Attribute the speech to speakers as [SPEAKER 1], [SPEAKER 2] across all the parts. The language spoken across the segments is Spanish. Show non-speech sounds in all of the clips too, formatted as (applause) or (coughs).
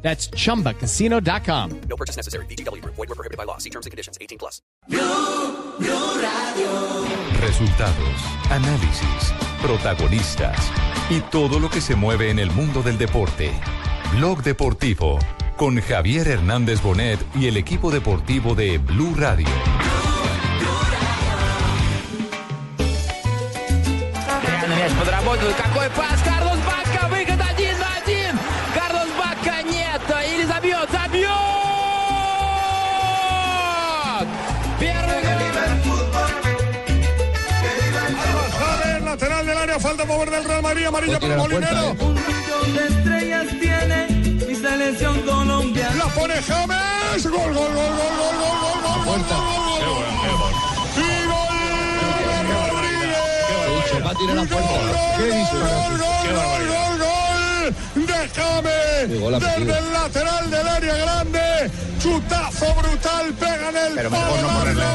[SPEAKER 1] That's chumbacasino.com.
[SPEAKER 2] No purchase necessary. BGW. Void were prohibited by law. See terms and conditions. 18 plus.
[SPEAKER 3] Resultados, análisis, protagonistas y todo lo que se mueve en el mundo del deporte. Blog Deportivo con Javier Hernández Bonet y el equipo deportivo de Blue Radio.
[SPEAKER 4] Подработал какой пас. Карлос Бакка. Выход один на один. Карлос Бакка нет. Или забьет. Забьет! Первый гол.
[SPEAKER 5] James, lateral del área, falta mover del Real Madrid, amarilla para Molinero.
[SPEAKER 6] Un millón de estrellas tiene mi selección colombiana.
[SPEAKER 5] La pone James. Gol, gol, gol, gol, gol, gol, gol, gol, gol, gol, gol, gol. Y gol de Rodríguez. Y gol, gol, gol, gol, gol, gol de James. Desde el lateral del área grande. Chutazo brutal, pega en el palo largo.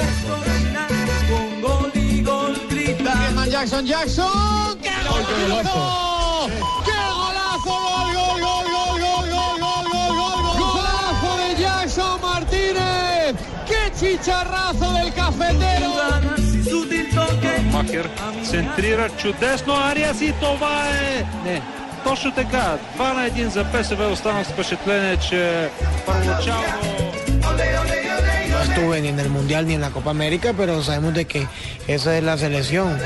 [SPEAKER 6] Con gol y gol grita.
[SPEAKER 7] Jackson, Jackson. ¡Qué golazo! ¡Qué golazo! ¡Gol, gol, gol, gol, gol, gol, gol, gol, gol! ¡Golazo de Jackson Martínez! ¡Qué chicharrazo del cafetero!
[SPEAKER 6] Sin sutil toque.
[SPEAKER 8] Макер центрира чудесно Ариас и това е... Не, точно така. 2 на 1 за ПСВ останах с впечатление, че първоначално...
[SPEAKER 9] No estuve ni en el Mundial ni en la Copa América, pero sabemos de que esa es la selección.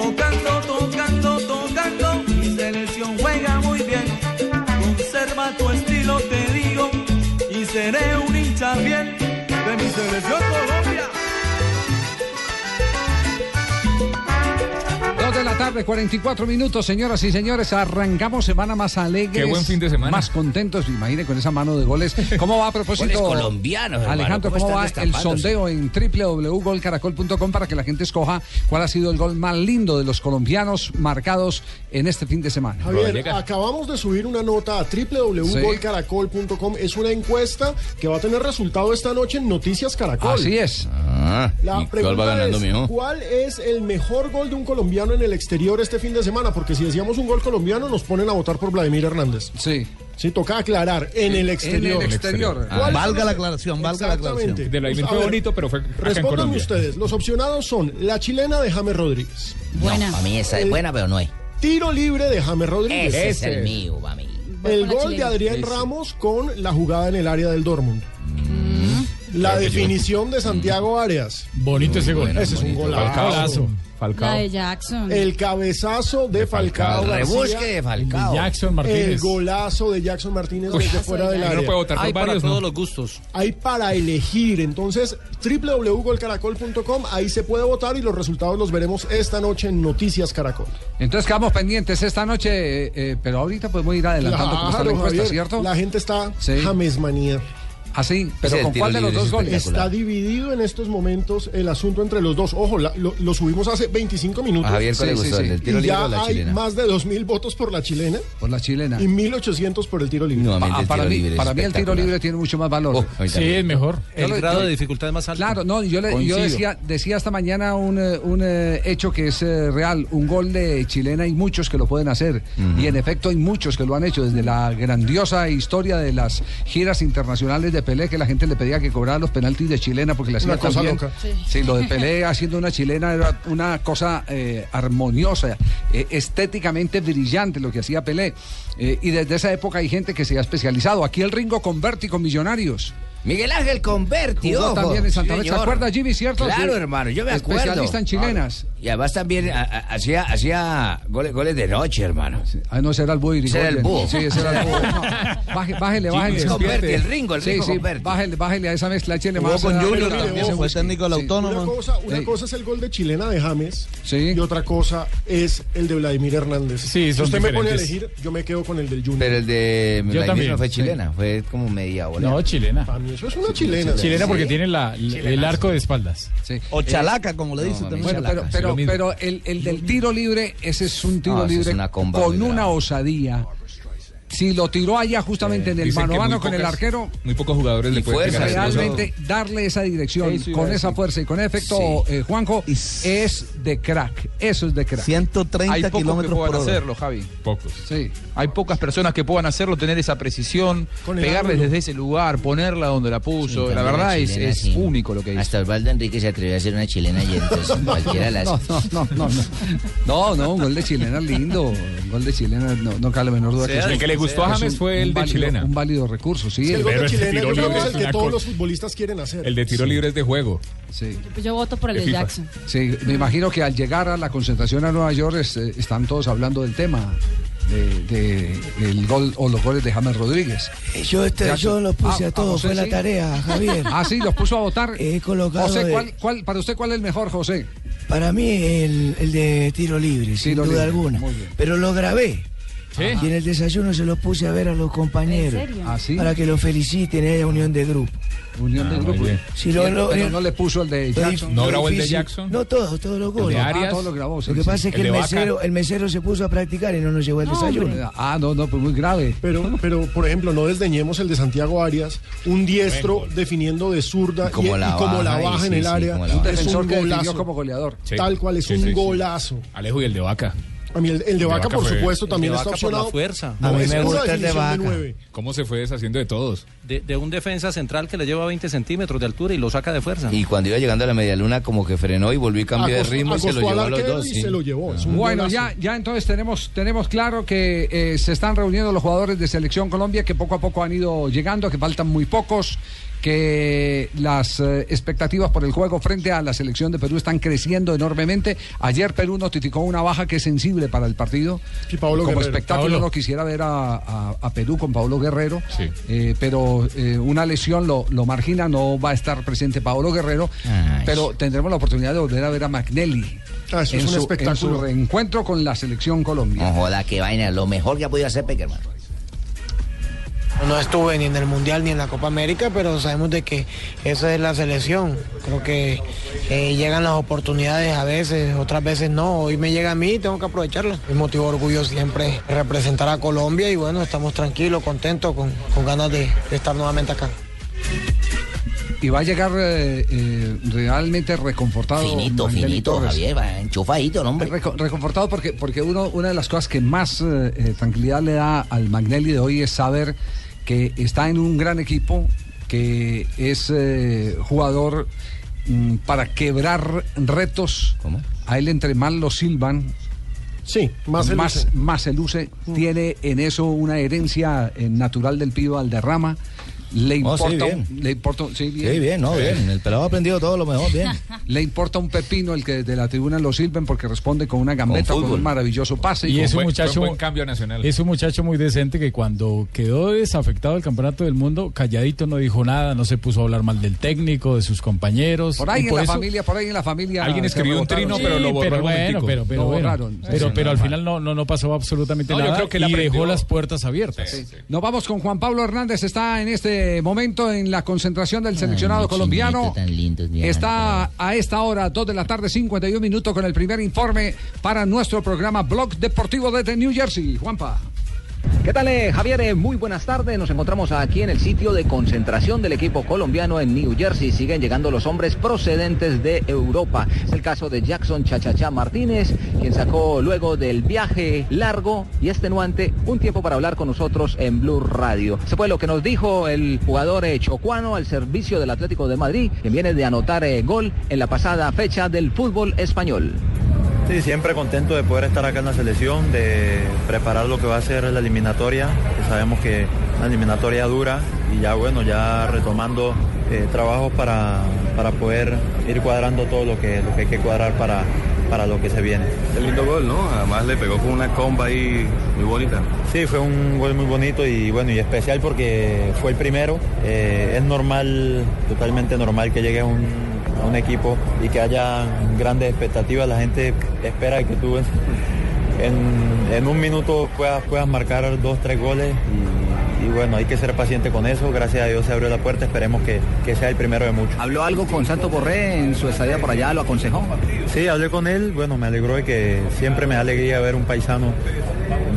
[SPEAKER 6] Tocando, tocando, tocando. Mi selección juega muy bien. Conserva tu estilo, te digo. Y seré un hincha bien de mi selección Colombia.
[SPEAKER 10] Dos de la tarde, 44 minutos, señoras y señores. Arrancamos semana más alegres.
[SPEAKER 11] Qué buen fin de semana.
[SPEAKER 10] Más contentos, imagine con esa mano de goles. ¿Cómo va a propósito?
[SPEAKER 4] Goles colombianos, hermano,
[SPEAKER 10] Alejandro,
[SPEAKER 4] ¿cómo
[SPEAKER 10] ¿cómo, va
[SPEAKER 4] están
[SPEAKER 10] el
[SPEAKER 4] destapándose?
[SPEAKER 10] sondeo en www.golcaracol.com para que la gente escoja cuál ha sido el gol más lindo de los colombianos marcados en este fin de semana?
[SPEAKER 11] Rodallega.
[SPEAKER 12] acabamos de subir una nota a www.golcaracol.com. Es una encuesta que va a tener resultado esta noche en Noticias Caracol.
[SPEAKER 10] Así es.
[SPEAKER 5] Ah.
[SPEAKER 12] La pregunta es, ¿cuál es el mejor gol de un colombiano en el exterior este fin de semana? Porque si decíamos un gol colombiano, nos ponen a votar por Vladimir Hernández.
[SPEAKER 10] Sí.
[SPEAKER 12] Sí, toca aclarar, en el
[SPEAKER 10] En
[SPEAKER 12] exterior.
[SPEAKER 10] el exterior.
[SPEAKER 11] Ah,
[SPEAKER 12] ¿Cuál es
[SPEAKER 7] Valga
[SPEAKER 12] el-
[SPEAKER 7] la aclaración, valga la aclaración.
[SPEAKER 12] Exactamente.
[SPEAKER 11] De
[SPEAKER 12] Pues,
[SPEAKER 11] Vladimir
[SPEAKER 12] a
[SPEAKER 11] fue
[SPEAKER 12] ver,
[SPEAKER 11] bonito, pero fue acá en
[SPEAKER 12] Respóndanme
[SPEAKER 11] Colombia.
[SPEAKER 12] ustedes, los opcionados son la chilena de James Rodríguez,
[SPEAKER 4] Buena. No, para mí esa es buena, pero no es.
[SPEAKER 12] tiro libre de James Rodríguez,
[SPEAKER 4] Ese, es el mío, para mí.
[SPEAKER 12] El gol de Adrián Ramos con la jugada en el área del Dortmund.
[SPEAKER 11] Mm.
[SPEAKER 12] La definición de Santiago Arias.
[SPEAKER 11] Bonito ese gol.
[SPEAKER 12] Mm. Ese es un golazo.
[SPEAKER 11] Falcao. Falcao.
[SPEAKER 7] Jackson.
[SPEAKER 12] El cabezazo de Falcao.
[SPEAKER 4] El rebusque
[SPEAKER 12] García.
[SPEAKER 4] de Falcao.
[SPEAKER 11] Jackson
[SPEAKER 12] El golazo de Jackson Martínez desde fuera del
[SPEAKER 11] No puedo
[SPEAKER 12] área.
[SPEAKER 11] votar por varios, ¿no?
[SPEAKER 4] los gustos.
[SPEAKER 12] Hay para elegir. Entonces, www.golcaracol.com. Ahí se puede votar y los resultados los veremos esta noche en Noticias Caracol.
[SPEAKER 10] Entonces quedamos pendientes esta noche, eh, eh, pero ahorita podemos ir adelantando cómo está la
[SPEAKER 12] Claro,
[SPEAKER 10] encuesta,
[SPEAKER 12] Javier,
[SPEAKER 10] ¿cierto?
[SPEAKER 12] La gente está
[SPEAKER 10] Sí.
[SPEAKER 12] James manía.
[SPEAKER 10] Así, pero
[SPEAKER 4] Ese es
[SPEAKER 10] ¿con
[SPEAKER 4] el
[SPEAKER 10] cuál de
[SPEAKER 4] tiro
[SPEAKER 10] los
[SPEAKER 4] libre,
[SPEAKER 10] dos
[SPEAKER 4] ese
[SPEAKER 10] goles?
[SPEAKER 12] Está dividido en estos momentos el asunto entre los dos. Ojo, la- lo, lo subimos hace 25 minutos.
[SPEAKER 4] Javier, ¿cuál
[SPEAKER 10] Sí,
[SPEAKER 4] le
[SPEAKER 10] sí,
[SPEAKER 4] gustó?
[SPEAKER 10] sí.
[SPEAKER 4] ¿El del
[SPEAKER 12] y
[SPEAKER 4] tiro libre
[SPEAKER 12] ya
[SPEAKER 4] o la
[SPEAKER 12] hay
[SPEAKER 4] chilena?
[SPEAKER 12] más de 2.000 votos por la chilena
[SPEAKER 10] Por la chilena.
[SPEAKER 12] y 1.800 por el tiro libre.
[SPEAKER 4] No, a mí
[SPEAKER 10] Ah,
[SPEAKER 4] el
[SPEAKER 10] para
[SPEAKER 4] tiro
[SPEAKER 10] mí,
[SPEAKER 4] libre es
[SPEAKER 10] para mí el tiro
[SPEAKER 4] espectacular.
[SPEAKER 10] libre tiene mucho más valor.
[SPEAKER 4] Oh, ahorita bien.
[SPEAKER 11] mejor.
[SPEAKER 10] Yo lo- yo-
[SPEAKER 7] dificultad más
[SPEAKER 10] Claro, no, yo, le, yo decía, decía esta mañana un, eh, un, eh, hecho que es eh, real, un gol de chilena hay muchos que lo pueden hacer y en efecto hay muchos que lo han hecho desde la grandiosa historia de las giras internacionales de Pelé que la gente le pedía que cobrara los penaltis de chilena porque le hacía
[SPEAKER 12] Una cosa
[SPEAKER 10] tan bien.
[SPEAKER 12] loca.
[SPEAKER 10] Sí. lo de Pelé haciendo una chilena era una cosa eh, armoniosa, eh, estéticamente brillante lo que hacía Pelé Eh, y desde esa época hay gente que se ha especializado. Aquí el Ringo Converti con Millonarios.
[SPEAKER 4] Miguel Ángel Converti,
[SPEAKER 10] Jugó
[SPEAKER 4] ojo.
[SPEAKER 10] también en Santa
[SPEAKER 4] Sí,
[SPEAKER 10] Fe. ¿Te
[SPEAKER 4] señor.
[SPEAKER 10] acuerdas, Jimmy, cierto?
[SPEAKER 4] Claro,
[SPEAKER 10] Sí.
[SPEAKER 4] hermano, yo me acuerdo.
[SPEAKER 10] Especialista en chilenas.
[SPEAKER 4] Y además también a- a- hacía, hacía goles, goles de noche, hermano.
[SPEAKER 10] Ah, no, será el búho. Irigoyen.
[SPEAKER 4] Será el búho.
[SPEAKER 10] Sí, será el búho.
[SPEAKER 4] (laughs)
[SPEAKER 10] No, baje- bájele, bájele.
[SPEAKER 4] Converti, el Ringo, el
[SPEAKER 10] Sí,
[SPEAKER 4] Ringo
[SPEAKER 10] sí,
[SPEAKER 4] Converti.
[SPEAKER 10] bájele, bájele a esa mezcla. Échele más.
[SPEAKER 7] con
[SPEAKER 10] a la
[SPEAKER 7] Junior
[SPEAKER 10] fruta.
[SPEAKER 7] también, fue técnico del
[SPEAKER 10] Sí.
[SPEAKER 12] Una,
[SPEAKER 7] autónomo.
[SPEAKER 12] cosa, una
[SPEAKER 10] Sí.
[SPEAKER 12] cosa es el gol de chilena de James
[SPEAKER 10] Sí.
[SPEAKER 12] y otra cosa es el de Vladimir Hernández.
[SPEAKER 11] Sí,
[SPEAKER 12] si
[SPEAKER 11] son
[SPEAKER 12] usted me pone a
[SPEAKER 11] diferentes.
[SPEAKER 12] elegir, yo me quedo con el del Junior.
[SPEAKER 4] Pero el de Vladimir
[SPEAKER 11] también,
[SPEAKER 4] no fue
[SPEAKER 11] sí.
[SPEAKER 4] chilena, fue como media bola.
[SPEAKER 11] chilena.
[SPEAKER 12] Para mí eso es una chilena.
[SPEAKER 13] Chilena porque
[SPEAKER 12] Sí.
[SPEAKER 13] tiene la, el arco de espaldas.
[SPEAKER 10] O
[SPEAKER 11] chalaca, como le dicen también.
[SPEAKER 10] Bueno, pero,
[SPEAKER 11] chalaca.
[SPEAKER 10] pero, pero el, el del tiro libre, ese es un tiro
[SPEAKER 11] No, ese es
[SPEAKER 10] libre
[SPEAKER 11] una comba muy
[SPEAKER 10] con una osadía. Si lo tiró allá justamente en el
[SPEAKER 13] Dicen
[SPEAKER 10] mano
[SPEAKER 13] que
[SPEAKER 10] a
[SPEAKER 13] muy
[SPEAKER 10] mano con el
[SPEAKER 13] pocas-
[SPEAKER 10] arquero,
[SPEAKER 13] Muy pocos jugadores le pueden pegar a eso.
[SPEAKER 10] realmente darle esa dirección
[SPEAKER 13] Eso iba
[SPEAKER 10] con
[SPEAKER 13] a
[SPEAKER 10] esa
[SPEAKER 13] decir.
[SPEAKER 10] fuerza y con efecto, eh, Juanjo, es de crack. Eso es de crack.
[SPEAKER 11] 130
[SPEAKER 14] Hay pocos que puedan hacerlo, Javi.
[SPEAKER 13] Pocos.
[SPEAKER 10] Sí.
[SPEAKER 14] Hay pocas personas que puedan hacerlo, tener esa precisión,
[SPEAKER 10] Con el
[SPEAKER 14] pegarles
[SPEAKER 10] ángulo.
[SPEAKER 14] desde ese lugar, ponerla donde la puso. la verdad es, es único lo que hizo.
[SPEAKER 15] Hasta Osvaldo Enrique se atrevió a hacer una chilena y entonces cualquiera las.
[SPEAKER 10] (laughs) No, no, no, no, no. No, no, un gol de chilena lindo. Un gol de chilena, no, no cabe la menor duda.
[SPEAKER 13] Sea
[SPEAKER 10] es
[SPEAKER 13] el
[SPEAKER 10] un-
[SPEAKER 13] que le gustó
[SPEAKER 10] es
[SPEAKER 13] a James
[SPEAKER 10] un-
[SPEAKER 13] fue el
[SPEAKER 10] un
[SPEAKER 13] de
[SPEAKER 10] válido-
[SPEAKER 13] chilena.
[SPEAKER 10] Un válido recurso, sí.
[SPEAKER 12] Sí, el gol de
[SPEAKER 13] Pero ese
[SPEAKER 12] chilena
[SPEAKER 13] tiro
[SPEAKER 12] yo creo que
[SPEAKER 13] libre
[SPEAKER 12] es
[SPEAKER 13] es
[SPEAKER 12] el que
[SPEAKER 13] una
[SPEAKER 12] todos
[SPEAKER 13] cosa.
[SPEAKER 12] los futbolistas quieren hacer.
[SPEAKER 13] El de tiro libre es de juego.
[SPEAKER 10] Sí.
[SPEAKER 16] Yo voto por el de,
[SPEAKER 13] FIFA.
[SPEAKER 16] Jackson.
[SPEAKER 10] Sí, me imagino que al llegar a la concentración a Nueva York es- eh, están todos hablando del tema de, de- el gol o los goles de James Rodríguez.
[SPEAKER 9] Yo, este-
[SPEAKER 10] Ya- Ah,
[SPEAKER 9] yo los puse a todos, fue
[SPEAKER 10] José
[SPEAKER 9] la tarea, Javier.
[SPEAKER 10] (laughs) Ah, sí, los puso a votar.
[SPEAKER 9] colocado
[SPEAKER 10] José,
[SPEAKER 9] de-
[SPEAKER 10] ¿cuál, cuál- para usted cuál es el mejor, José?
[SPEAKER 9] Para mí el, el de tiro libre, sin
[SPEAKER 10] Tiro
[SPEAKER 9] duda
[SPEAKER 10] libre,
[SPEAKER 9] alguna.
[SPEAKER 10] muy bien.
[SPEAKER 9] Pero lo grabé.
[SPEAKER 10] Sí.
[SPEAKER 9] Y en el desayuno se lo puse a ver a los compañeros.
[SPEAKER 10] ¿En serio? ¿Ah, sí?
[SPEAKER 9] Para que lo feliciten, era unión de grupo.
[SPEAKER 10] Unión
[SPEAKER 9] Ah,
[SPEAKER 10] del
[SPEAKER 9] muy
[SPEAKER 10] grupo.
[SPEAKER 9] bien. Si lo- lo-
[SPEAKER 10] pero no le puso el de Jackson.
[SPEAKER 9] Lo difícil- No, todos, todos los goles.
[SPEAKER 10] Ah, todos los grabó, sí,
[SPEAKER 9] Lo que
[SPEAKER 10] sí.
[SPEAKER 9] pasa es que el, mesero, el mesero se puso a practicar y no nos llegó al desayuno.
[SPEAKER 10] Ah, no, no, pues muy grave.
[SPEAKER 12] Pero, pero, por ejemplo, no desdeñemos el de Santiago Arias, un diestro definiendo de zurda y y como la baja,
[SPEAKER 13] y
[SPEAKER 12] en
[SPEAKER 13] sí,
[SPEAKER 12] el
[SPEAKER 13] sí,
[SPEAKER 12] área.
[SPEAKER 13] como la baja.
[SPEAKER 12] es
[SPEAKER 13] Defensor
[SPEAKER 12] un
[SPEAKER 13] que definió
[SPEAKER 12] golazo.
[SPEAKER 13] como
[SPEAKER 10] goleador.
[SPEAKER 13] Sí.
[SPEAKER 12] Tal cual es
[SPEAKER 13] Sí,
[SPEAKER 12] un
[SPEAKER 13] sí, sí.
[SPEAKER 12] golazo.
[SPEAKER 13] Alejo y el de vaca.
[SPEAKER 12] A mí el, el de
[SPEAKER 13] El
[SPEAKER 12] Vaca, por
[SPEAKER 13] fue-
[SPEAKER 12] supuesto,
[SPEAKER 13] el de
[SPEAKER 12] también está
[SPEAKER 13] Vaca por la
[SPEAKER 12] opcionado.
[SPEAKER 13] fuerza.
[SPEAKER 12] No, es una definición de nueve.
[SPEAKER 13] ¿Cómo se fue deshaciendo de todos?
[SPEAKER 17] De, de un defensa central que le lleva 20 centímetros de altura y lo saca de fuerza.
[SPEAKER 15] Y cuando iba llegando a la medialuna, como que frenó y volvió y cambió de
[SPEAKER 17] Acostó-
[SPEAKER 15] ritmo y se
[SPEAKER 17] acostó
[SPEAKER 15] lo
[SPEAKER 17] al
[SPEAKER 15] llevó a los
[SPEAKER 17] arquero
[SPEAKER 15] dos.
[SPEAKER 17] y
[SPEAKER 15] sí.
[SPEAKER 17] se lo llevó.
[SPEAKER 15] Ajá.
[SPEAKER 10] Bueno, ya, ya entonces tenemos, tenemos claro que eh, se están reuniendo los jugadores de Selección Colombia que poco a poco han ido llegando, que faltan muy pocos, que las eh, expectativas por el juego frente a la selección de Perú están creciendo enormemente. Ayer Perú notificó una baja que es sensible para el partido. Como
[SPEAKER 12] Guerrero.
[SPEAKER 10] espectáculo
[SPEAKER 12] Paolo.
[SPEAKER 10] no quisiera ver a, a- a Perú con Pablo Guerrero, eh, pero eh, una lesión lo, lo margina, no va a estar presente Pablo Guerrero, pero tendremos la oportunidad de volver a ver a Magnelli.
[SPEAKER 12] Ah, eso es un
[SPEAKER 10] en su- en su
[SPEAKER 12] espectáculo.
[SPEAKER 10] reencuentro con la selección Colombia.
[SPEAKER 15] No joda, qué vaina. Lo mejor que ha podido hacer Peckerman.
[SPEAKER 9] No estuve ni en el Mundial ni en la Copa América, pero sabemos de que esa es la selección. Creo que eh, llegan las oportunidades a veces, otras veces no. Hoy me llega a mí y tengo que aprovecharla. Mi motivo de orgullo siempre es representar a Colombia y bueno, estamos tranquilos, contentos, con, con ganas de- de estar nuevamente acá.
[SPEAKER 10] Y va a llegar eh, eh, realmente reconfortado.
[SPEAKER 15] Finito,
[SPEAKER 10] Magnelli
[SPEAKER 15] finito,
[SPEAKER 10] Torres.
[SPEAKER 15] Javier. va Enchufadito, ¿no, hombre?
[SPEAKER 10] Reco- reconfortado porque, porque uno, una de las cosas que más eh, eh, tranquilidad le da al Magnelli de hoy es saber que está en un gran equipo, que es eh, jugador mm, para quebrar retos. A él entre más lo silban.
[SPEAKER 12] Sí, más se
[SPEAKER 10] más,
[SPEAKER 12] luce. Mm.
[SPEAKER 10] más se luce. Tiene en eso una herencia eh, natural del pibe Valderrama. Le
[SPEAKER 15] Oh, sí,
[SPEAKER 10] importa,
[SPEAKER 15] bien.
[SPEAKER 10] un- le importa, un- sí, bien.
[SPEAKER 15] Sí, bien, no, bien. El pelado ha aprendido todo lo mejor, bien.
[SPEAKER 10] (laughs) Le importa un pepino el que desde la tribuna lo silben porque responde con una gambeta, con,
[SPEAKER 13] fútbol.
[SPEAKER 10] un maravilloso pase.
[SPEAKER 13] Y
[SPEAKER 10] con-
[SPEAKER 13] es un muchacho-
[SPEAKER 10] con-
[SPEAKER 13] buen cambio nacional.
[SPEAKER 10] Es
[SPEAKER 13] Es un muchacho muy decente que cuando quedó desafectado del campeonato del mundo, calladito no dijo nada, no se puso a hablar mal del técnico, de sus compañeros.
[SPEAKER 10] Por ahí
[SPEAKER 13] Y
[SPEAKER 10] en la
[SPEAKER 13] eso-
[SPEAKER 10] familia, por ahí en la familia.
[SPEAKER 13] Alguien
[SPEAKER 10] se
[SPEAKER 13] escribió un
[SPEAKER 10] rebotaron.
[SPEAKER 13] trino, pero lo borró
[SPEAKER 10] pero
[SPEAKER 13] al
[SPEAKER 10] bueno,
[SPEAKER 13] momentico.
[SPEAKER 10] pero, pero
[SPEAKER 13] Lo
[SPEAKER 10] bueno.
[SPEAKER 13] borraron.
[SPEAKER 10] Sí,
[SPEAKER 13] Pero, pero al
[SPEAKER 10] normal.
[SPEAKER 13] final no, no, no pasó absolutamente
[SPEAKER 10] No, yo
[SPEAKER 13] nada
[SPEAKER 10] creo que
[SPEAKER 13] y
[SPEAKER 10] la aprendió.
[SPEAKER 13] dejó las puertas abiertas.
[SPEAKER 10] Nos vamos con Juan Pablo Hernández, está en este momento en la concentración
[SPEAKER 15] Ah,
[SPEAKER 10] del seleccionado
[SPEAKER 15] Ay, mi
[SPEAKER 10] colombiano.
[SPEAKER 15] chinito tan lindo, mi
[SPEAKER 10] Está a esta hora, 2 de la tarde, 51 minutos, con el primer informe para nuestro programa Blog Deportivo desde New Jersey. Juanpa.
[SPEAKER 18] ¿Qué tal, eh, Javier? Eh, Muy buenas tardes. Nos encontramos aquí en el sitio de concentración del equipo colombiano en New Jersey. Siguen llegando los hombres procedentes de Europa. Es el caso de Jackson Chachachá Martínez, quien sacó luego del viaje largo y extenuante un tiempo para hablar con nosotros en Blue Radio. Se fue lo que nos dijo el jugador eh, chocuano al servicio del Atlético de Madrid, quien viene de anotar eh, gol en la pasada fecha del fútbol español.
[SPEAKER 19] Sí, siempre contento de poder estar acá en la selección, de preparar lo que va a ser la eliminatoria, que sabemos que la eliminatoria dura y ya bueno, ya retomando eh, trabajos para, para poder ir cuadrando todo lo que, lo que hay que cuadrar para, para lo que se viene.
[SPEAKER 20] El lindo gol, ¿no? Además le pegó con una comba ahí muy bonita.
[SPEAKER 19] Sí, fue un gol muy bonito y bueno, y especial porque fue el primero. Eh, es normal, totalmente normal que llegue a un, a un equipo y que haya grandes expectativas. La gente espera que tú en, en- en un minuto puedas, puedas marcar dos, tres goles y, y bueno, hay que ser paciente con eso. Gracias a Dios se abrió la puerta, esperemos que, que sea el primero de muchos.
[SPEAKER 18] ¿Habló algo con Santo Borré en su estadía por allá? ¿Lo aconsejó?
[SPEAKER 19] Sí, hablé con él, bueno, me alegró de que siempre me da alegría ver un paisano,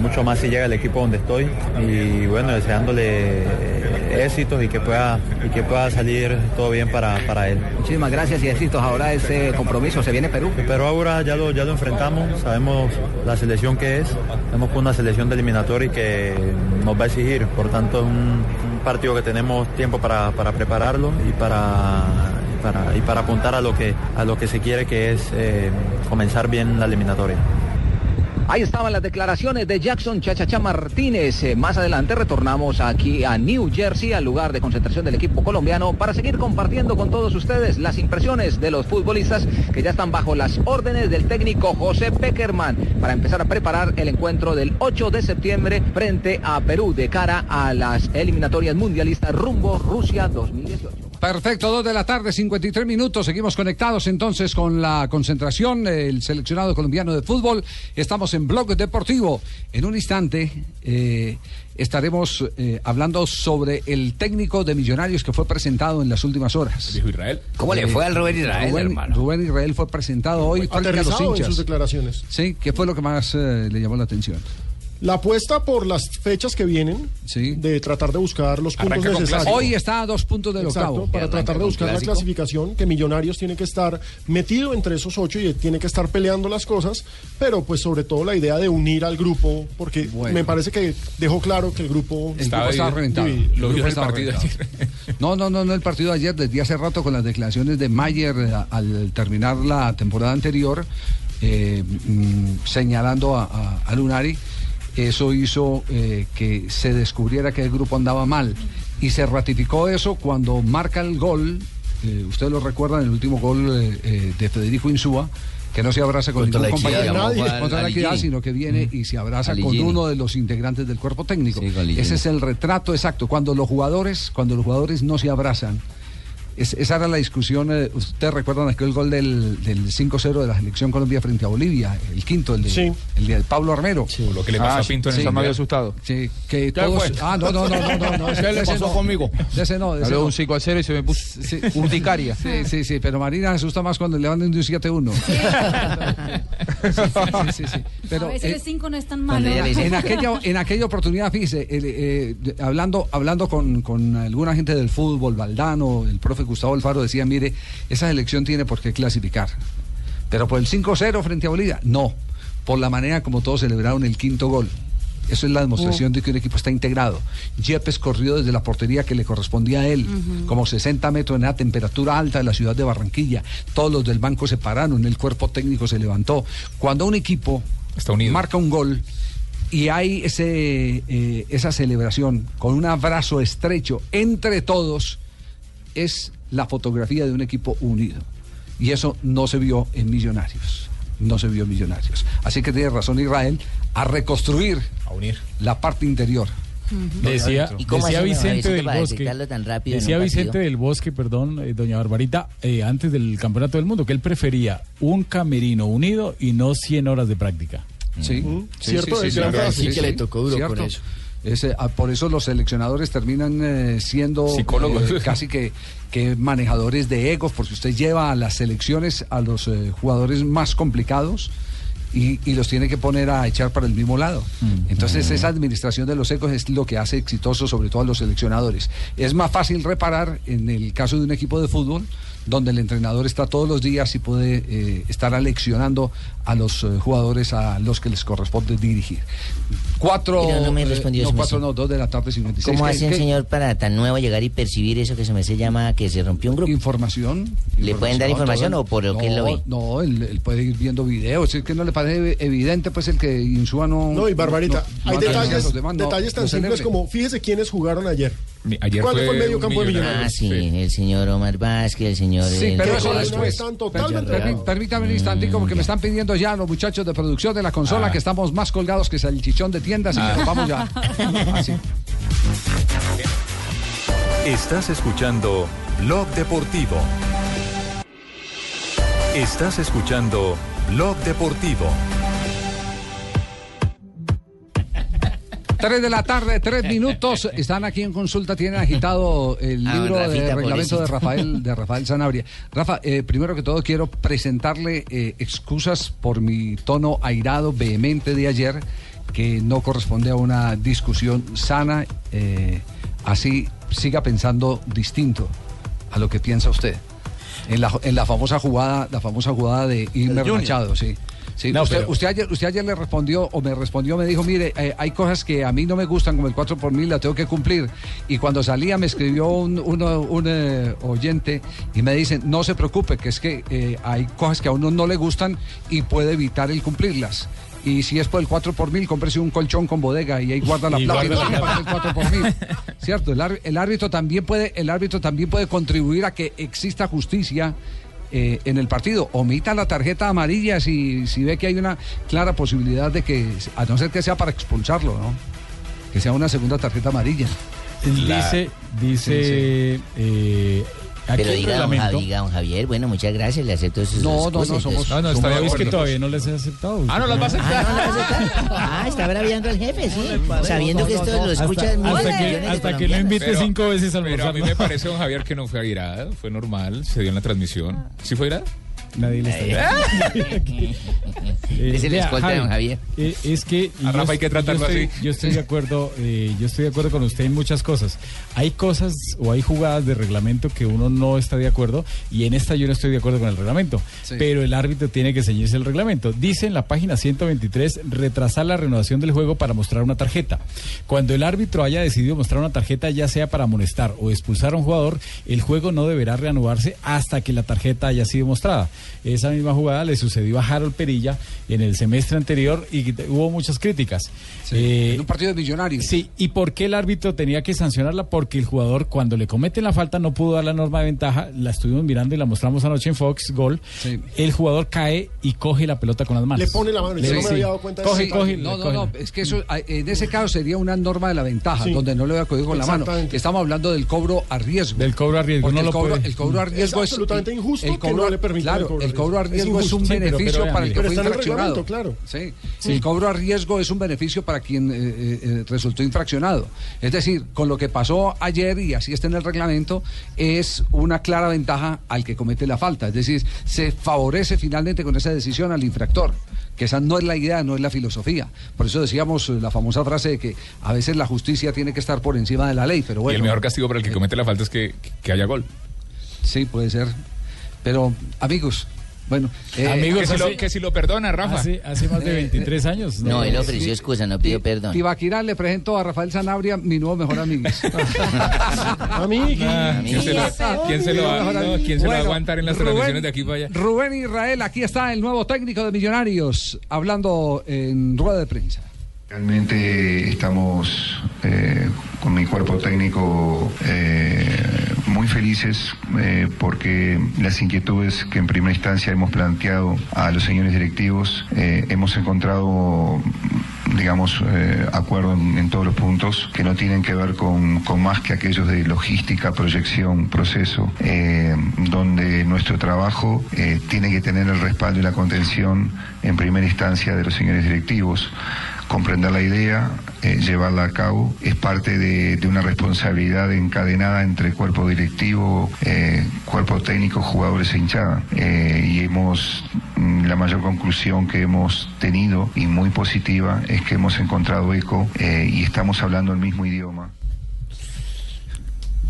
[SPEAKER 19] mucho más si llega al equipo donde estoy y bueno, deseándole éxitos y que pueda, y que pueda salir todo bien para, para él.
[SPEAKER 18] Muchísimas gracias y éxitos. Ahora ese compromiso se viene Perú.
[SPEAKER 19] Pero ahora ya lo, ya lo enfrentamos, sabemos la selección que es, sabemos que una selección de eliminatoria y que nos va a exigir, por tanto es un, un partido que tenemos tiempo para, para prepararlo y para para, y para apuntar a lo que a lo que se quiere que es eh, comenzar bien la eliminatoria.
[SPEAKER 18] Ahí estaban las declaraciones de Jackson Chachacha Martínez. Eh, más adelante retornamos aquí a New Jersey, al lugar de concentración del equipo colombiano, para seguir compartiendo con todos ustedes las impresiones de los futbolistas que ya están bajo las órdenes del técnico José Peckerman para empezar a preparar el encuentro del 8 de septiembre frente a Perú de cara a las eliminatorias mundialistas rumbo Rusia 2018.
[SPEAKER 10] Perfecto, 2 de la tarde, 53 minutos. Seguimos conectados entonces con la concentración, el seleccionado colombiano de fútbol. Estamos en Blog Deportivo. En un instante eh, estaremos eh, hablando sobre el técnico de Millonarios que fue presentado en las últimas horas.
[SPEAKER 14] Dijo Israel.
[SPEAKER 15] ¿Cómo le fue
[SPEAKER 10] Eh,
[SPEAKER 15] al Rubén Israel,
[SPEAKER 10] Rubén,
[SPEAKER 15] hermano?
[SPEAKER 10] Rubén Israel fue presentado hoy frente a eh, los
[SPEAKER 12] Aterrizado en
[SPEAKER 10] hinchas.
[SPEAKER 12] sus declaraciones.
[SPEAKER 10] Sí, ¿qué fue lo que más eh, le llamó la atención?
[SPEAKER 12] La apuesta por las fechas que vienen, de tratar de buscar los puntos necesarios.
[SPEAKER 10] Hoy está a dos puntos del
[SPEAKER 12] Exacto,
[SPEAKER 10] octavo.
[SPEAKER 12] para tratar de buscar la clasificación, que Millonarios tiene que estar metido entre esos ocho y tiene que estar peleando las cosas, pero pues sobre todo la idea de unir al grupo, porque me parece que dejó claro que el grupo el
[SPEAKER 10] Estaba
[SPEAKER 12] grupo
[SPEAKER 10] estaba reventado.
[SPEAKER 12] dividido.
[SPEAKER 10] El grupo estaba reventado. (laughs) No, no, no, no el partido de ayer, desde hace rato con las declaraciones de Mayer eh, al terminar la temporada anterior, eh, mm, señalando a, a- a Lunari, eso hizo eh, que se descubriera que el grupo andaba mal. Y se ratificó eso cuando marca el gol, eh, ustedes lo recuerdan, el último gol eh, eh, de Federico Insúa, que no se abraza con
[SPEAKER 15] Contra
[SPEAKER 10] ningún
[SPEAKER 15] la equidad,
[SPEAKER 10] compañero,
[SPEAKER 15] llamó
[SPEAKER 10] nadie,
[SPEAKER 15] al-
[SPEAKER 10] contra la
[SPEAKER 15] al
[SPEAKER 10] equidad,
[SPEAKER 15] Ligini.
[SPEAKER 10] sino que viene y se abraza
[SPEAKER 15] Al
[SPEAKER 10] con
[SPEAKER 15] Ligini.
[SPEAKER 10] uno de los integrantes del cuerpo técnico.
[SPEAKER 15] Ligini.
[SPEAKER 10] Ese es el retrato exacto. Cuando los jugadores, cuando los jugadores no se abrazan, es- esa era la discusión. eh, Ustedes recuerdan aquel gol del, del 5-0 de la selección Colombia frente a Bolivia, el quinto, el de, el de Pablo Armero. Ah,
[SPEAKER 14] Lo que le pasó a Pinto en el San Mario asustado.
[SPEAKER 10] Sí, Eh, que
[SPEAKER 14] Ya
[SPEAKER 10] todos-
[SPEAKER 14] fue.
[SPEAKER 10] Ah, no, no, no, no, no,
[SPEAKER 14] (laughs)
[SPEAKER 10] no,
[SPEAKER 14] ¿Qué le
[SPEAKER 10] ese
[SPEAKER 14] pasó
[SPEAKER 10] no.
[SPEAKER 14] conmigo?
[SPEAKER 10] De ese no, de ese
[SPEAKER 14] Habló de
[SPEAKER 10] no.
[SPEAKER 14] un 5 a 0 y se me puso (laughs) urticaria.
[SPEAKER 10] Sí, sí, sí, pero Marina se asusta más cuando le van de un
[SPEAKER 14] (laughs)
[SPEAKER 10] 7-1. Sí, sí, sí, sí, sí. Pero,
[SPEAKER 11] a veces
[SPEAKER 10] eh,
[SPEAKER 11] el 5 no es tan malo. (laughs)
[SPEAKER 10] en, (laughs) aquella, en aquella oportunidad, fíjese, el, eh, de- hablando, hablando con, con alguna gente del fútbol, Valdano, el profe Gustavo Alfaro decía, mire, esa selección tiene por qué clasificar. Pero por el 5-0 frente a Bolivia, no. Por la manera como todos celebraron el quinto gol. Eso es la
[SPEAKER 11] Oh.
[SPEAKER 10] demostración de que un equipo está integrado. Yepes corrió desde la portería que le correspondía a él,
[SPEAKER 16] Ujú.
[SPEAKER 10] como 60 metros en la temperatura alta de la ciudad de Barranquilla. Todos los del banco se pararon, el cuerpo técnico se levantó. Cuando un equipo marca un gol, y hay ese, eh, esa celebración con un abrazo estrecho entre todos, es la fotografía de un equipo unido. Y eso no se vio en Millonarios. No se vio en Millonarios. Así que tiene razón Israel a reconstruir la parte interior.
[SPEAKER 13] Decía,
[SPEAKER 15] ¿Y cómo
[SPEAKER 13] decía
[SPEAKER 15] hace uno,
[SPEAKER 13] Vicente
[SPEAKER 15] Vicente,
[SPEAKER 13] del
[SPEAKER 15] para
[SPEAKER 13] Bosque.
[SPEAKER 15] detectarlo tan rápido en
[SPEAKER 13] Decía
[SPEAKER 15] un partido?
[SPEAKER 13] Vicente del Bosque, perdón, eh, doña Barbarita, eh, antes del Campeonato del Mundo, que él prefería un camerino unido y no 100 horas de práctica.
[SPEAKER 10] Sí,
[SPEAKER 13] sí, Mm. Cierto, sí, es sí, gran sí, frase. sí, que le tocó duro con eso.
[SPEAKER 10] Ese, ah, por eso los seleccionadores terminan eh, siendo
[SPEAKER 14] Psicólogos.
[SPEAKER 10] eh, (laughs) casi que, que manejadores de egos, porque usted lleva a las selecciones a los eh, jugadores más complicados y, y los tiene que poner a echar para el mismo lado.
[SPEAKER 14] Mm.
[SPEAKER 10] Entonces esa administración de los egos es lo que hace exitoso sobre todo a los seleccionadores. Es más fácil reparar en el caso de un equipo de fútbol donde el entrenador está todos los días y puede eh, estar aleccionando a los eh, jugadores a los que les corresponde dirigir. Cuatro,
[SPEAKER 15] Pero no me
[SPEAKER 10] eh,
[SPEAKER 15] respondió
[SPEAKER 10] no,
[SPEAKER 15] eso,
[SPEAKER 10] cuatro,
[SPEAKER 15] sí.
[SPEAKER 10] no, dos de la tarde 56.
[SPEAKER 15] ¿Cómo
[SPEAKER 10] ¿Qué-
[SPEAKER 15] hace un
[SPEAKER 10] qué?
[SPEAKER 15] señor para tan nuevo llegar y percibir eso que se me se llama que se rompió un grupo?
[SPEAKER 10] Información.
[SPEAKER 15] ¿Le pueden dar información
[SPEAKER 10] todo.
[SPEAKER 15] o por lo que él lo ve?
[SPEAKER 10] No, él, él puede ir viendo videos. Si es que no le parece evidente, pues el que Insúa no.
[SPEAKER 12] No, y Barbarita,
[SPEAKER 10] no-
[SPEAKER 12] hay
[SPEAKER 10] no analiza a
[SPEAKER 12] detalles,
[SPEAKER 10] los demás, no-
[SPEAKER 12] detalles tan
[SPEAKER 10] no se
[SPEAKER 12] simples
[SPEAKER 10] lee.
[SPEAKER 12] como, fíjese quiénes jugaron ayer. ¿Cuál fue el medio campo de
[SPEAKER 15] Ah,
[SPEAKER 12] Millonarios?
[SPEAKER 15] sí, el señor Omar Vázquez, el señor...
[SPEAKER 10] Sí,
[SPEAKER 15] eh,
[SPEAKER 10] pero
[SPEAKER 15] Nicolás
[SPEAKER 10] eso
[SPEAKER 15] Cuesta.
[SPEAKER 10] después.
[SPEAKER 12] están
[SPEAKER 10] Permí-
[SPEAKER 12] totalmente
[SPEAKER 10] permí- Permítame un instantico porque me están pidiendo ya los muchachos de producción de la consola que estamos más colgados que salchichón de tiendas y que nos vamos ya. Así.
[SPEAKER 3] Estás escuchando Blog Deportivo. Estás escuchando Blog Deportivo.
[SPEAKER 10] Tres de la tarde, tres
[SPEAKER 15] (laughs)
[SPEAKER 10] minutos. Están aquí en consulta, tienen agitado el
[SPEAKER 15] Ah,
[SPEAKER 10] libro de
[SPEAKER 15] Rafita,
[SPEAKER 10] reglamento de
[SPEAKER 15] pobrecito.
[SPEAKER 10] Rafael,
[SPEAKER 15] (laughs)
[SPEAKER 10] de Rafael Sanabria. Rafa, eh, primero que todo quiero presentarle eh, excusas por mi tono airado, vehemente de ayer, que no corresponde a una discusión sana. eh, así siga pensando distinto a lo que piensa usted. En la, en la famosa jugada, la famosa jugada de irme
[SPEAKER 13] Junior.
[SPEAKER 10] rachado, sí. Sí,
[SPEAKER 13] No,
[SPEAKER 10] usted,
[SPEAKER 13] pero-
[SPEAKER 10] usted ayer, usted ayer le respondió, o me respondió, me dijo, mire, eh, hay cosas que a mí no me gustan, como el 4 por mil, la tengo que cumplir. Y cuando salía me escribió un, uno- un, eh, oyente y me dice, no se preocupe, que es que eh, hay cosas que a uno no le gustan y puede evitar el cumplirlas. Y si es por el 4 por mil, cómprese un colchón con bodega y ahí guarda la
[SPEAKER 13] Y
[SPEAKER 10] plata. y
[SPEAKER 13] guarda
[SPEAKER 10] no
[SPEAKER 13] la
[SPEAKER 10] le paga el 4 por
[SPEAKER 13] (laughs)
[SPEAKER 10] mil. Cierto, el, ar- el árbitro también puede, el árbitro también puede contribuir a que exista justicia eh, en el partido. Omita la tarjeta amarilla si, si ve que hay una clara posibilidad de que, a no ser que sea para expulsarlo, ¿no? Que sea una segunda tarjeta amarilla.
[SPEAKER 13] Dice, dice, eh, aquí
[SPEAKER 15] Pero
[SPEAKER 13] el
[SPEAKER 15] diga don,
[SPEAKER 13] reglamento-
[SPEAKER 15] Javi- diga, don Javier, bueno, muchas gracias, le acepto sus
[SPEAKER 13] No, no, no,
[SPEAKER 15] excusas,
[SPEAKER 13] somos-
[SPEAKER 15] entonces-
[SPEAKER 13] Ah, no, no, está bien, Pues, es que todavía no les he aceptado.
[SPEAKER 15] Ah, no las va a aceptar.
[SPEAKER 13] Ah, no las va a aceptar.
[SPEAKER 15] Ah, está braviando al jefe, sí. Sabiendo que esto lo
[SPEAKER 13] Hasta,
[SPEAKER 15] escuchan muchos
[SPEAKER 13] hasta que,
[SPEAKER 15] millones de
[SPEAKER 13] hasta que lo invite
[SPEAKER 11] Pero-
[SPEAKER 13] cinco veces a
[SPEAKER 11] Pero
[SPEAKER 13] almorzar.
[SPEAKER 11] a mí
[SPEAKER 13] ¿no?
[SPEAKER 11] me parece, don Javier, que no fue airada, fue normal, se dio en la transmisión. ¿Sí fue ¿Eh? airada?
[SPEAKER 13] Nadie le
[SPEAKER 11] Es el
[SPEAKER 13] vea,
[SPEAKER 11] escolta de don
[SPEAKER 13] Javi, eh, es que
[SPEAKER 11] A Rafa hay que tratarlo
[SPEAKER 13] yo estoy,
[SPEAKER 11] así.
[SPEAKER 13] Yo estoy de acuerdo, eh, yo estoy de acuerdo con usted en muchas cosas. Hay cosas o hay jugadas de reglamento que uno no está de acuerdo y en esta yo no estoy de acuerdo con el reglamento.
[SPEAKER 10] Sí.
[SPEAKER 13] Pero el árbitro tiene que ceñirse el reglamento. Dice en la página 123 retrasar la renovación del juego para mostrar una tarjeta. Cuando el árbitro haya decidido mostrar una tarjeta, ya sea para amonestar o expulsar a un jugador, el juego no deberá reanudarse hasta que la tarjeta haya sido mostrada. Esa misma jugada le sucedió a Harold Perilla en el semestre anterior y hubo muchas críticas. Eh,
[SPEAKER 10] En un partido de millonarios.
[SPEAKER 13] Sí, ¿y por qué el árbitro tenía que sancionarla? Porque el jugador cuando le cometen la falta no pudo dar la norma de ventaja, la estuvimos mirando y la mostramos anoche en Fox Gol. El jugador cae y coge la pelota con las manos.
[SPEAKER 12] Le pone la mano, yo no me había dado cuenta de
[SPEAKER 13] Coge,
[SPEAKER 12] ese
[SPEAKER 13] coge,
[SPEAKER 12] detalle.
[SPEAKER 10] No, no,
[SPEAKER 13] coge.
[SPEAKER 10] no, es que eso, a- en ese caso sería una norma de la ventaja,
[SPEAKER 13] Sí.
[SPEAKER 10] donde no le voy a coger con la mano.
[SPEAKER 13] Exactamente.
[SPEAKER 10] Estamos hablando del cobro a riesgo. Del
[SPEAKER 13] cobro a riesgo, no
[SPEAKER 10] el
[SPEAKER 13] lo
[SPEAKER 10] cobro,
[SPEAKER 13] puede.
[SPEAKER 10] el cobro a
[SPEAKER 13] Es
[SPEAKER 10] riesgo es,
[SPEAKER 12] absolutamente injusto que no le permitan
[SPEAKER 10] claro,
[SPEAKER 12] el cobro a
[SPEAKER 10] el cobro a
[SPEAKER 12] riesgo.
[SPEAKER 10] riesgo
[SPEAKER 12] Es
[SPEAKER 10] es, un
[SPEAKER 12] injusto. Sí, pero-
[SPEAKER 10] beneficio
[SPEAKER 12] pero
[SPEAKER 10] para el que
[SPEAKER 12] vean, pero
[SPEAKER 10] fue
[SPEAKER 12] está en el reglamento,
[SPEAKER 10] infraccionado. Sí.
[SPEAKER 12] Sí.
[SPEAKER 10] El cobro a riesgo es un beneficio para quien eh, eh, eh, resultó infraccionado. Es decir, con lo que pasó ayer y así está en el reglamento, es una clara ventaja al que comete la falta. Es decir, se favorece finalmente con esa decisión al infractor, que esa no es la idea, no es la filosofía. Por eso decíamos eh, la famosa frase de que a veces la justicia tiene que estar por encima de la ley, pero
[SPEAKER 11] y
[SPEAKER 10] bueno.
[SPEAKER 11] el mejor castigo para el que comete la falta es que, que haya gol.
[SPEAKER 10] Sí, puede ser. Pero, amigos, bueno. eh,
[SPEAKER 11] que, si lo, que si lo perdona, Rafa.
[SPEAKER 13] Hace, hace más de 23 años.
[SPEAKER 15] No, él
[SPEAKER 10] Sí.
[SPEAKER 15] ofreció excusa, no pidió perdón.
[SPEAKER 10] Tibaquirá, le presento a Rafael Sanabria, mi nuevo mejor amigo.
[SPEAKER 11] Ah, ¿Quién se lo, quién se lo va, no, quién se lo va a aguantar en las
[SPEAKER 10] Rubén.
[SPEAKER 11] transmisiones de aquí para allá?
[SPEAKER 10] Rubén Israel, aquí está el nuevo técnico de Millonarios, hablando en rueda de prensa.
[SPEAKER 16] Realmente estamos eh, con mi cuerpo técnico eh, muy felices eh, porque las inquietudes que en primera instancia hemos planteado a los señores directivos eh, hemos encontrado digamos, eh, acuerdo en, en todos los puntos que no tienen que ver con, con más que aquellos de logística, proyección, proceso, eh, donde nuestro trabajo eh, tiene que tener el respaldo y la contención en primera instancia de los señores directivos. Comprender la idea, eh, llevarla a cabo, es parte de, de una responsabilidad encadenada entre cuerpo directivo, eh, cuerpo técnico, jugadores e hinchada. Eh, y hemos, mm, la mayor conclusión que hemos tenido y muy positiva es que hemos encontrado eco eh, y estamos hablando el mismo idioma.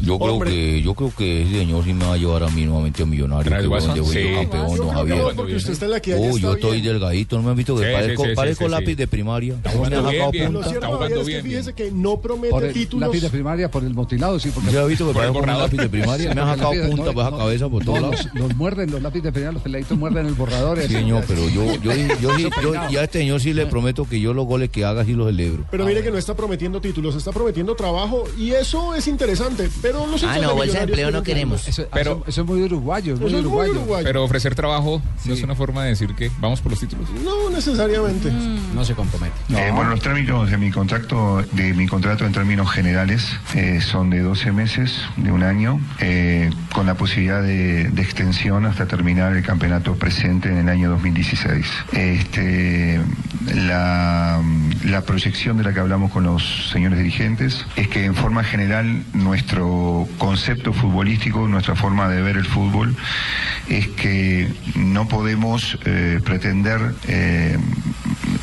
[SPEAKER 4] Yo creo, que, yo creo que ese señor sí me va a llevar a mí nuevamente a Millonario.
[SPEAKER 11] ¿Traes
[SPEAKER 4] que fue
[SPEAKER 11] Guasón?
[SPEAKER 4] donde fui
[SPEAKER 11] Sí.
[SPEAKER 4] yo campeón,
[SPEAKER 11] Yo creo
[SPEAKER 4] don
[SPEAKER 11] que
[SPEAKER 4] Javier.
[SPEAKER 11] no, porque usted está en la que ya
[SPEAKER 4] Uy,
[SPEAKER 11] está
[SPEAKER 4] yo
[SPEAKER 11] bien.
[SPEAKER 4] estoy delgadito, no me han visto que
[SPEAKER 11] Sí, sí,
[SPEAKER 4] parezco,
[SPEAKER 11] sí, sí,
[SPEAKER 4] parezco
[SPEAKER 11] sí, sí.
[SPEAKER 4] lápiz de primaria.
[SPEAKER 11] Está
[SPEAKER 4] Me
[SPEAKER 11] jugando
[SPEAKER 4] han
[SPEAKER 11] bien,
[SPEAKER 4] sacado
[SPEAKER 11] bien.
[SPEAKER 13] Lo
[SPEAKER 12] Lo
[SPEAKER 4] punta.
[SPEAKER 12] cierto,
[SPEAKER 11] jugando
[SPEAKER 12] Javier, es que
[SPEAKER 11] bien,
[SPEAKER 12] fíjese que no
[SPEAKER 10] Por
[SPEAKER 12] promete
[SPEAKER 10] el
[SPEAKER 12] títulos.
[SPEAKER 10] lápiz de primaria, por el motilado, sí. Porque,
[SPEAKER 4] Yo he visto que
[SPEAKER 10] Por el
[SPEAKER 4] parezco un
[SPEAKER 10] borrador.
[SPEAKER 4] lápiz de primaria. Me han
[SPEAKER 10] Porque
[SPEAKER 4] sacado
[SPEAKER 10] el lápiz de-
[SPEAKER 4] punta por esa cabeza por todos
[SPEAKER 10] No,
[SPEAKER 4] lados.
[SPEAKER 10] los, los muerden, los lápices de primaria, los peladitos muerden el borrador.
[SPEAKER 4] Sí,
[SPEAKER 10] eso.
[SPEAKER 4] señor, pero yo, yo, yo, yo, yo- y a este señor sí le prometo que yo los goles que haga sí los celebro.
[SPEAKER 12] Pero mire que no está prometiendo títulos, está prometiendo trabajo y eso es interesante. Pero
[SPEAKER 14] Ah,
[SPEAKER 12] los hinchas
[SPEAKER 15] Ah,
[SPEAKER 12] Millonarios tienen que-
[SPEAKER 10] Eso,
[SPEAKER 11] Pero-
[SPEAKER 10] eso es muy uruguayo, es muy
[SPEAKER 12] Eso es muy
[SPEAKER 10] uruguayo.
[SPEAKER 12] uruguayo.
[SPEAKER 11] Pero ofrecer trabajo no es una forma de decir que vamos por los títulos.
[SPEAKER 12] No necesariamente.
[SPEAKER 21] Mm.
[SPEAKER 11] No se compromete.
[SPEAKER 16] Eh, bueno, los términos de mi contrato, de mi contrato en términos generales, eh, son de 12 meses, de un año, eh, con la posibilidad de, de extensión hasta terminar el campeonato presente en el año 2016. Este, la, la proyección de la que hablamos con los señores dirigentes es que en forma general nuestro concepto futbolístico, nuestra forma de ver el fútbol, es que no podemos eh, pretender eh,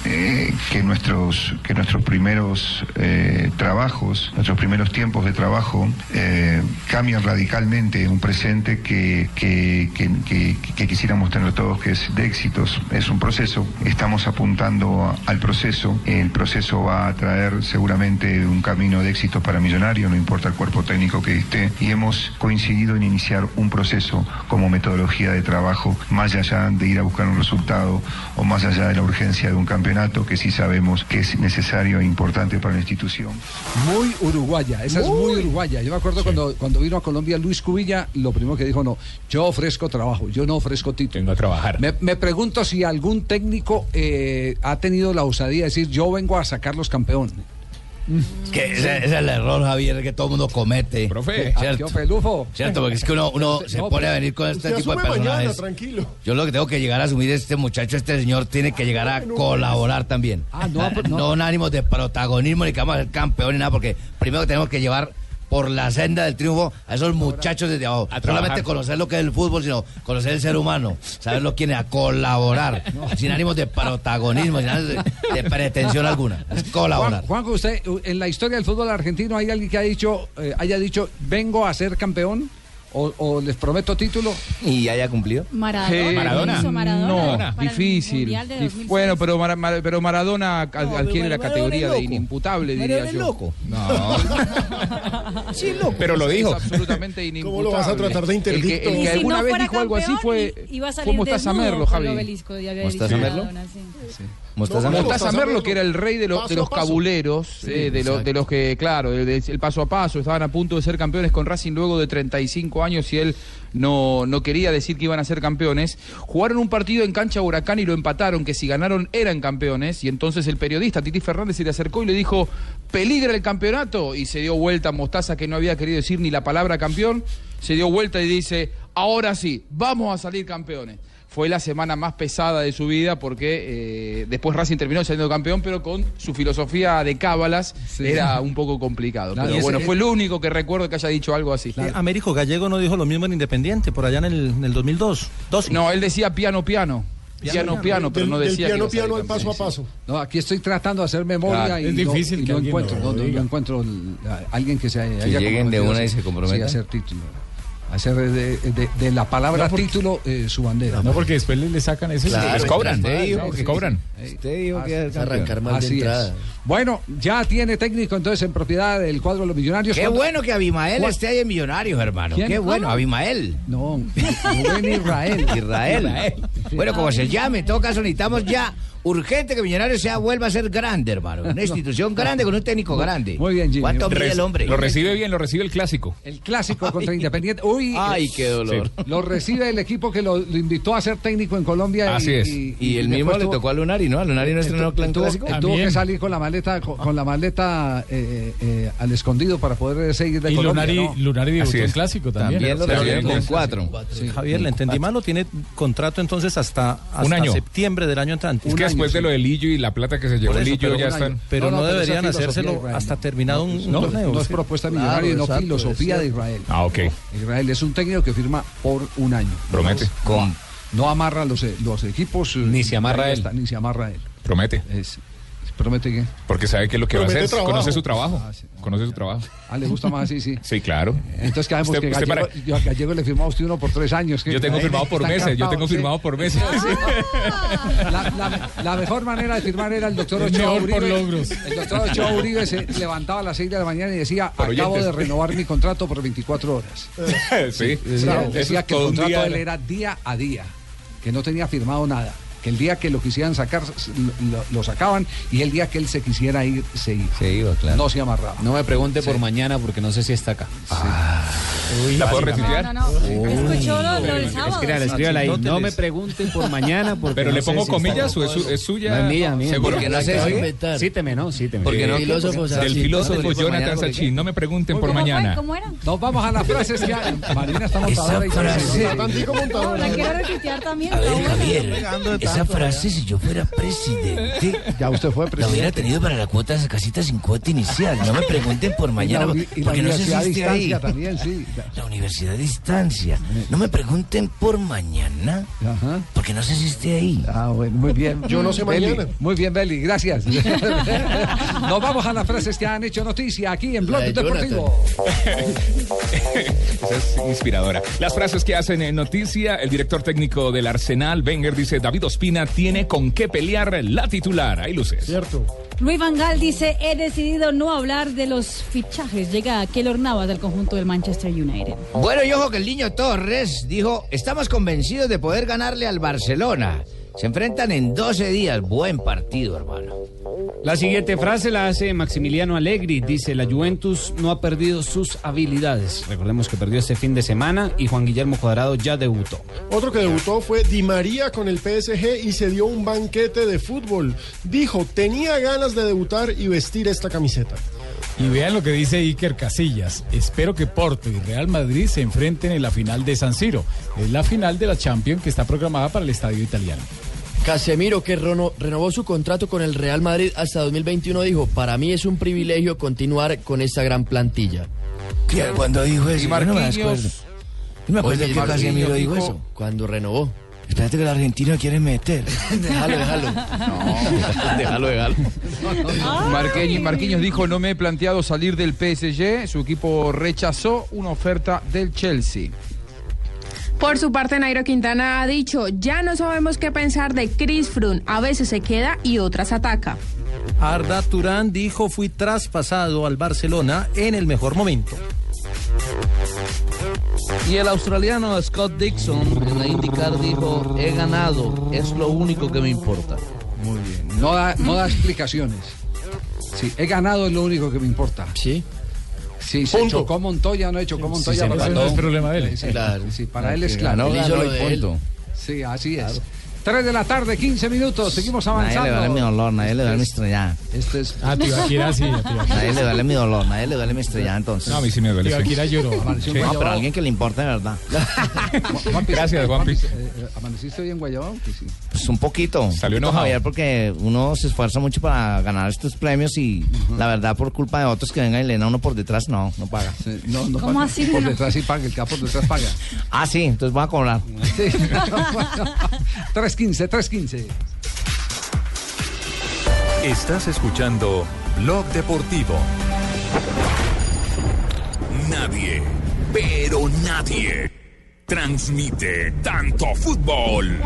[SPEAKER 16] eh, que nuestros que nuestros primeros eh, trabajos, nuestros primeros tiempos de trabajo eh, cambian radicalmente un presente que, que, que- que- que quisiéramos tener todos, que es de éxitos. Es un proceso, estamos apuntando a- al proceso, el proceso va a traer seguramente un camino de éxitos para Millonario, no importa el cuerpo técnico que esté, y hemos coincidido en iniciar un proceso como metodología de trabajo, más allá de ir a buscar un resultado o más allá de la urgencia de un campeonato que sí sabemos que es necesario e importante para la institución.
[SPEAKER 10] Muy uruguaya, esa es muy uruguaya. Yo me acuerdo cuando, cuando vino a Colombia Luis Cubilla, lo primero que dijo, no, yo ofrezco trabajo, yo no ofrezco título. Vengo a
[SPEAKER 11] trabajar.
[SPEAKER 10] Me, me pregunto si algún técnico eh, ha tenido la osadía de decir, yo vengo a sacarlos campeón.
[SPEAKER 4] Que ese, ese es el error, Javier, que todo el mundo comete.
[SPEAKER 10] Profe.
[SPEAKER 4] ¿cierto?
[SPEAKER 10] Ah, qué pelufo.
[SPEAKER 4] Cierto, porque es que uno, uno se
[SPEAKER 10] No,
[SPEAKER 4] pone a
[SPEAKER 10] pero-
[SPEAKER 4] venir con este
[SPEAKER 12] Usted
[SPEAKER 4] tipo de
[SPEAKER 12] asume mañana,
[SPEAKER 4] personajes.
[SPEAKER 12] tranquilo.
[SPEAKER 4] Yo lo que tengo que llegar a asumir es este muchacho, este señor, tiene que llegar a colaborar también.
[SPEAKER 10] pues. Ah, no, pero no.
[SPEAKER 4] en ánimos de protagonismo ni que vamos a ser campeón ni nada, porque primero tenemos que llevar por la senda del triunfo a esos muchachos desde abajo. No
[SPEAKER 14] trabajar.
[SPEAKER 4] solamente conocer lo que es el fútbol, sino conocer el ser humano, saberlo quién es, a
[SPEAKER 10] (laughs)
[SPEAKER 4] colaborar, sin ánimos de protagonismo, sin ánimos de, de pretensión alguna. Es colaborar.
[SPEAKER 10] Juan, Juanjo, usted, u- en la historia del fútbol argentino, ¿hay alguien que ha dicho, eh, haya dicho, vengo a ser campeón? O, o les prometo título?
[SPEAKER 4] ¿Y haya cumplido?
[SPEAKER 22] Maradona.
[SPEAKER 14] Eh,
[SPEAKER 22] Maradona.
[SPEAKER 14] No,
[SPEAKER 22] Maradona. Para el
[SPEAKER 14] difícil.
[SPEAKER 22] Mundial de
[SPEAKER 14] Dif-
[SPEAKER 22] 2006.
[SPEAKER 14] Bueno, pero, Mara- Mara- pero Maradona al- adquiere la
[SPEAKER 22] Maradona
[SPEAKER 14] categoría
[SPEAKER 22] es
[SPEAKER 14] de
[SPEAKER 22] loco.
[SPEAKER 14] inimputable,
[SPEAKER 22] Maradona
[SPEAKER 14] diría
[SPEAKER 22] es
[SPEAKER 14] yo.
[SPEAKER 22] loco.
[SPEAKER 7] (laughs)
[SPEAKER 22] (laughs)
[SPEAKER 14] No.
[SPEAKER 22] Sí,
[SPEAKER 14] Pero lo
[SPEAKER 4] Es
[SPEAKER 14] dijo.
[SPEAKER 4] absolutamente
[SPEAKER 12] ¿Cómo lo vas a tratar de
[SPEAKER 14] El que,
[SPEAKER 12] interdicto?
[SPEAKER 14] el que
[SPEAKER 22] Y si
[SPEAKER 14] alguna
[SPEAKER 22] no
[SPEAKER 14] vez
[SPEAKER 22] fuera
[SPEAKER 14] dijo algo así
[SPEAKER 22] campeón,
[SPEAKER 14] fue.
[SPEAKER 22] i- iba a salir
[SPEAKER 14] Fue Mostaza
[SPEAKER 22] desnudo
[SPEAKER 14] Merlo,
[SPEAKER 22] con el
[SPEAKER 14] Javi.
[SPEAKER 22] obelisco de haber
[SPEAKER 4] ¿Mostaza
[SPEAKER 22] dicho
[SPEAKER 4] Merlo?
[SPEAKER 22] Maradona, sí.
[SPEAKER 4] Mostaza Merlo.
[SPEAKER 14] Mostaza Merlo, que era el rey de, los- de los
[SPEAKER 22] Paso a paso.
[SPEAKER 14] cabuleros,
[SPEAKER 4] Sí,
[SPEAKER 14] eh, de, lo-
[SPEAKER 4] exacto.
[SPEAKER 14] de los que, claro, de- de- el paso a paso, estaban a punto de ser campeones con Racing luego de 35 años y él no, no quería decir que iban a ser campeones. Jugaron un partido en cancha Huracán y lo empataron, que si ganaron eran campeones. Y entonces el periodista Titi Fernández se le acercó y le dijo, peligra el campeonato. Y se dio vuelta a Mostaza, que no había querido decir ni la palabra campeón. Se dio vuelta y dice, ahora sí, vamos a salir campeones fue la semana más pesada de su vida porque eh, después Racing terminó siendo campeón, pero con su filosofía de cábalas era un poco complicado.
[SPEAKER 17] Claro, y
[SPEAKER 14] pero
[SPEAKER 17] ese-
[SPEAKER 14] bueno, fue lo único que recuerdo que haya dicho algo así.
[SPEAKER 17] Eh, Américo Gallego no dijo lo mismo en Independiente, por allá en el, en el 2002.
[SPEAKER 14] No, él decía piano, piano. Piano, piano, pero no decía que iba a salir campeón.
[SPEAKER 10] paso. No, aquí estoy tratando de hacer memoria
[SPEAKER 14] Claro.
[SPEAKER 10] y
[SPEAKER 14] Es difícil
[SPEAKER 10] no, y
[SPEAKER 14] que
[SPEAKER 10] no
[SPEAKER 14] alguien
[SPEAKER 10] encuentro,
[SPEAKER 14] lo
[SPEAKER 10] no, no, no
[SPEAKER 14] diga.
[SPEAKER 10] encuentro el- a- alguien que se haya
[SPEAKER 4] Que
[SPEAKER 10] haya
[SPEAKER 4] lleguen de
[SPEAKER 10] comprometido
[SPEAKER 4] una
[SPEAKER 10] a
[SPEAKER 4] y
[SPEAKER 10] hacer-
[SPEAKER 4] se comprometan.
[SPEAKER 10] sí, a hacer título. A hacer de, de- de la palabra
[SPEAKER 13] No, porque-
[SPEAKER 10] título eh, su bandera.
[SPEAKER 13] No, porque después le, le sacan ese.
[SPEAKER 10] Claro,
[SPEAKER 13] les
[SPEAKER 10] claro,
[SPEAKER 4] ¿eh?
[SPEAKER 10] claro,
[SPEAKER 13] dijo que
[SPEAKER 10] sí,
[SPEAKER 4] Usted dijo que
[SPEAKER 10] Así-
[SPEAKER 4] arrancar mal de
[SPEAKER 10] así es.
[SPEAKER 4] entrada.
[SPEAKER 10] Bueno, ya tiene técnico entonces en propiedad del cuadro de los millonarios.
[SPEAKER 4] Qué
[SPEAKER 10] ¿Cuándo-
[SPEAKER 4] bueno que Abimael
[SPEAKER 10] ¿Cuá-
[SPEAKER 4] esté ahí en Millonarios, hermano.
[SPEAKER 10] ¿Quién?
[SPEAKER 4] Qué bueno,
[SPEAKER 10] ¿Cómo?
[SPEAKER 4] Abimael. (laughs)
[SPEAKER 10] No, Rubén Israel.
[SPEAKER 4] Israel. Bueno, como se llame, en todo caso necesitamos ya urgente que Millonarios sea vuelva a ser grande,
[SPEAKER 10] (laughs)
[SPEAKER 4] hermano. Una institución grande con un técnico grande. Muy bien, Jimmy. ¿Cuánto mide
[SPEAKER 11] Res-
[SPEAKER 4] el hombre?
[SPEAKER 11] Lo recibe bien, lo recibe el clásico.
[SPEAKER 10] El clásico contra Independiente. Uy,
[SPEAKER 4] Ay, qué dolor.
[SPEAKER 10] Sí. Lo recibe el equipo que lo, lo invitó a ser técnico en Colombia. y-
[SPEAKER 4] Así es.
[SPEAKER 10] Y,
[SPEAKER 4] Y el mismo le tocó a Lunari, ¿no? A Lunari no estrenó clan clásico.
[SPEAKER 10] Tuvo, tuvo que salir con la maleta, con, con la maleta eh, eh, al escondido para poder seguir de
[SPEAKER 13] Y
[SPEAKER 10] Colombia.
[SPEAKER 13] Lunari,
[SPEAKER 10] ¿no?
[SPEAKER 13] Lunari debutó
[SPEAKER 4] Así
[SPEAKER 13] en
[SPEAKER 4] es.
[SPEAKER 13] clásico también.
[SPEAKER 4] También lo
[SPEAKER 13] Sí,
[SPEAKER 4] recibió
[SPEAKER 13] sí,
[SPEAKER 4] con
[SPEAKER 13] sí.
[SPEAKER 4] cuatro.
[SPEAKER 17] Javier, ¿le entendí mal o tiene contrato entonces hasta, hasta
[SPEAKER 11] Un año.
[SPEAKER 17] septiembre del año entrante?
[SPEAKER 11] Es que después de lo de Lillo y la plata que se llevó
[SPEAKER 17] Por eso,
[SPEAKER 11] Lillo
[SPEAKER 17] pero
[SPEAKER 11] ya
[SPEAKER 17] un año.
[SPEAKER 11] están.
[SPEAKER 17] Pero no,
[SPEAKER 10] No, no, pero esa
[SPEAKER 17] deberían
[SPEAKER 10] filosofía
[SPEAKER 17] hacérselo
[SPEAKER 10] israelí.
[SPEAKER 17] hasta terminado un
[SPEAKER 10] No,
[SPEAKER 17] torneo.
[SPEAKER 10] no es
[SPEAKER 17] sí.
[SPEAKER 10] propuesta millonaria, no filosofía de Israel.
[SPEAKER 11] Ah, ok.
[SPEAKER 10] Israel es un técnico que firma por un año.
[SPEAKER 11] Promete.
[SPEAKER 10] No, no amarra los, eh, los equipos. eh,
[SPEAKER 11] Ni se amarra
[SPEAKER 10] ahí
[SPEAKER 11] él.
[SPEAKER 10] está, ni se amarra él.
[SPEAKER 11] Promete.
[SPEAKER 10] ¿Promete qué?
[SPEAKER 11] Porque sabe que es lo que va
[SPEAKER 10] Promete
[SPEAKER 11] a hacer.
[SPEAKER 10] trabajo.
[SPEAKER 11] Conoce su trabajo. Conoce su trabajo.
[SPEAKER 10] Ah, le gusta más así, sí.
[SPEAKER 11] Sí, claro.
[SPEAKER 10] Entonces, ¿qué hacemos?
[SPEAKER 11] Usted-
[SPEAKER 10] que
[SPEAKER 11] usted
[SPEAKER 10] Gallego,
[SPEAKER 11] para-
[SPEAKER 10] yo a Gallego le firmamos usted uno por tres años. ¿qué?
[SPEAKER 11] Yo tengo
[SPEAKER 10] Ahí
[SPEAKER 11] firmado por
[SPEAKER 10] está
[SPEAKER 11] meses. Yo
[SPEAKER 10] encantado,
[SPEAKER 11] tengo
[SPEAKER 10] sí.
[SPEAKER 11] firmado por meses.
[SPEAKER 10] La, la- la
[SPEAKER 11] (laughs)
[SPEAKER 10] mejor manera de firmar era el doctor
[SPEAKER 11] El
[SPEAKER 10] Ochoa
[SPEAKER 11] mejor
[SPEAKER 10] Uribe.
[SPEAKER 11] por logros.
[SPEAKER 10] El doctor
[SPEAKER 11] (laughs)
[SPEAKER 10] Ochoa Uribe se levantaba a las 6 de la mañana y decía,
[SPEAKER 11] Por
[SPEAKER 10] acabo
[SPEAKER 11] oyentes. Eh,
[SPEAKER 10] de renovar mi contrato por 24 horas.
[SPEAKER 11] Sí.
[SPEAKER 10] Decía,
[SPEAKER 11] Eso
[SPEAKER 10] decía
[SPEAKER 11] es
[SPEAKER 10] que el
[SPEAKER 11] todo un
[SPEAKER 10] contrato
[SPEAKER 11] día.
[SPEAKER 10] de él era día a día, que no tenía firmado nada, que el día que lo quisieran sacar s- lo, lo sacaban y el día que él se quisiera ir se iba. No se amarraba.
[SPEAKER 21] No me pregunte por
[SPEAKER 10] Sí.
[SPEAKER 21] mañana porque no sé si está acá.
[SPEAKER 11] ¿La puedo
[SPEAKER 21] repetir?
[SPEAKER 11] retuitear?
[SPEAKER 21] No, No, no, Escuchó los del sábado. Escríbala, escríbala ahí. No me pregunten por mañana porque
[SPEAKER 11] Pero
[SPEAKER 21] no
[SPEAKER 11] le
[SPEAKER 21] sé
[SPEAKER 11] pongo
[SPEAKER 21] si
[SPEAKER 11] comillas
[SPEAKER 21] está
[SPEAKER 11] o
[SPEAKER 21] acá.
[SPEAKER 11] es, su- es suya.
[SPEAKER 21] No es mía, mía.
[SPEAKER 11] Seguro.
[SPEAKER 21] Cíteme, no, cíteme.
[SPEAKER 11] Porque no- del filósofo Jonathan
[SPEAKER 21] Sachin.
[SPEAKER 11] Sachin. No me pregunten por
[SPEAKER 21] ¿Cómo fue?
[SPEAKER 11] mañana.
[SPEAKER 22] ¿Cómo era?
[SPEAKER 10] Nos vamos a las frases que hay. Marina está montadora. y-
[SPEAKER 4] frase.
[SPEAKER 10] Sí.
[SPEAKER 22] No, la quiero retuitear también.
[SPEAKER 4] Javier,
[SPEAKER 22] Pegando de
[SPEAKER 4] esa Esa frase, si yo fuera presidente,
[SPEAKER 23] Ya usted fue
[SPEAKER 4] la hubiera
[SPEAKER 23] presidente.
[SPEAKER 4] tenido para la cuota, esa casita sin cuota inicial. No me pregunten por mañana,
[SPEAKER 10] uni- y la
[SPEAKER 4] porque no sé si
[SPEAKER 10] universidad a
[SPEAKER 4] esté ahí.
[SPEAKER 10] distancia también, sí.
[SPEAKER 4] La universidad a distancia. No me pregunten por mañana, porque no sé si esté ahí.
[SPEAKER 10] Ah, bueno, muy bien.
[SPEAKER 4] Yo no sé
[SPEAKER 10] Beli,
[SPEAKER 4] mañana.
[SPEAKER 10] Muy bien, Beli, gracias. (laughs) Nos vamos a las frases que han hecho noticia aquí en Blog
[SPEAKER 11] de
[SPEAKER 10] Deportivo.
[SPEAKER 11] (laughs) Esa es inspiradora. Las frases que hacen en noticia, el director técnico del Arsenal, Wenger, dice, David Ospina tiene con qué pelear la titular. Ahí luces.
[SPEAKER 12] Cierto.
[SPEAKER 7] Luis Vangal dice, he decidido no hablar de los fichajes. Llega Keylor Navas del conjunto del Manchester United.
[SPEAKER 4] Bueno, y ojo que el niño Torres dijo, estamos convencidos de poder ganarle al Barcelona. Se enfrentan en 12 días. Buen partido, hermano.
[SPEAKER 21] La siguiente frase la hace Maximiliano Allegri. Dice, la Juventus no ha perdido sus habilidades. Recordemos que perdió este fin de semana y Juan Guillermo Cuadrado ya debutó.
[SPEAKER 12] Otro que debutó fue Di María con el PSG y se dio un banquete de fútbol. Dijo, tenía ganas de debutar y vestir esta camiseta.
[SPEAKER 13] Y vean lo que dice Iker Casillas. Espero que Porto y Real Madrid se enfrenten en la final de San Siro. Es la final de la Champions que está programada para el estadio italiano.
[SPEAKER 24] Casemiro, que reno- renovó su contrato con el Real Madrid hasta 2021, dijo, para mí es un privilegio continuar con esta gran plantilla.
[SPEAKER 4] ¿Qué? ¿Cuándo dijo eso?
[SPEAKER 24] Y
[SPEAKER 4] Yo no me
[SPEAKER 24] Marquinhos.
[SPEAKER 4] acuerdo. No me acuerdo
[SPEAKER 24] Oye,
[SPEAKER 4] que
[SPEAKER 24] Marquinhos
[SPEAKER 4] Casemiro dijo
[SPEAKER 24] dijo-
[SPEAKER 4] eso.
[SPEAKER 24] Cuando renovó.
[SPEAKER 4] Espérate que el argentino quiere meter.
[SPEAKER 24] Déjalo, déjalo.
[SPEAKER 14] Déjalo, déjalo. Marqueños, Marquinhos dijo, no me he planteado salir del PSG. Su equipo rechazó una oferta del Chelsea.
[SPEAKER 25] Por su parte, Nairo Quintana ha dicho, ya no sabemos qué pensar de Chris Froome, a veces se queda y otras ataca.
[SPEAKER 17] Arda Turán dijo fui traspasado al Barcelona en el mejor momento.
[SPEAKER 26] Y el australiano Scott Dixon en la IndyCar dijo, he ganado, es lo único que me importa.
[SPEAKER 10] Muy bien. No da, no da explicaciones. Sí, he ganado es lo único que me importa. Sí. Sí, se
[SPEAKER 13] Punto.
[SPEAKER 10] chocó Montoya, no he chocó Montoya.
[SPEAKER 13] se
[SPEAKER 10] para
[SPEAKER 13] empató.
[SPEAKER 10] él
[SPEAKER 13] No es problema de él.
[SPEAKER 10] Sí,
[SPEAKER 13] Claro.
[SPEAKER 10] sí, para él
[SPEAKER 13] El
[SPEAKER 10] es
[SPEAKER 13] que
[SPEAKER 10] claro.
[SPEAKER 13] ganó,
[SPEAKER 10] Él
[SPEAKER 13] ganó
[SPEAKER 10] hizo lo
[SPEAKER 13] de
[SPEAKER 10] de
[SPEAKER 13] él.
[SPEAKER 10] él. Sí, así es. 3 de la tarde, 15 minutos, seguimos
[SPEAKER 15] Pues, Nadie le
[SPEAKER 10] avanzando.
[SPEAKER 15] vale mi dolor, nadie le vale mi estrellada.
[SPEAKER 10] Este es...
[SPEAKER 15] Ah,
[SPEAKER 10] Tibaquirá, (laughs) sí, a Tibaquirá.
[SPEAKER 15] Nadie le vale mi dolor, nadie le vale mi estrellada entonces.
[SPEAKER 11] No, a mí sí me duele, sí. Tibaquirá (laughs) lloró. Amaneció un
[SPEAKER 15] No, pero
[SPEAKER 11] guayabao.
[SPEAKER 15] a alguien que le importe de verdad.
[SPEAKER 11] Gracias, Juanpi.
[SPEAKER 10] eh, ¿Amaneciste hoy en Guayabao? Que sí. (laughs)
[SPEAKER 15] Pues un poquito.
[SPEAKER 11] Salió
[SPEAKER 15] un poquito,
[SPEAKER 11] enojado.
[SPEAKER 15] Javier, porque uno se esfuerza mucho para ganar estos premios y la verdad por culpa de otros que vengan y le den a uno por detrás, no, no paga.
[SPEAKER 10] No, no
[SPEAKER 7] ¿Cómo
[SPEAKER 10] paga.
[SPEAKER 7] así?
[SPEAKER 10] Por
[SPEAKER 7] No.
[SPEAKER 10] detrás sí paga, el que va por detrás paga.
[SPEAKER 15] Ah, sí, entonces voy a cobrar.
[SPEAKER 10] 3.15, 3.15.
[SPEAKER 3] Estás escuchando Blog Deportivo.
[SPEAKER 27] Nadie, pero nadie, transmite tanto fútbol.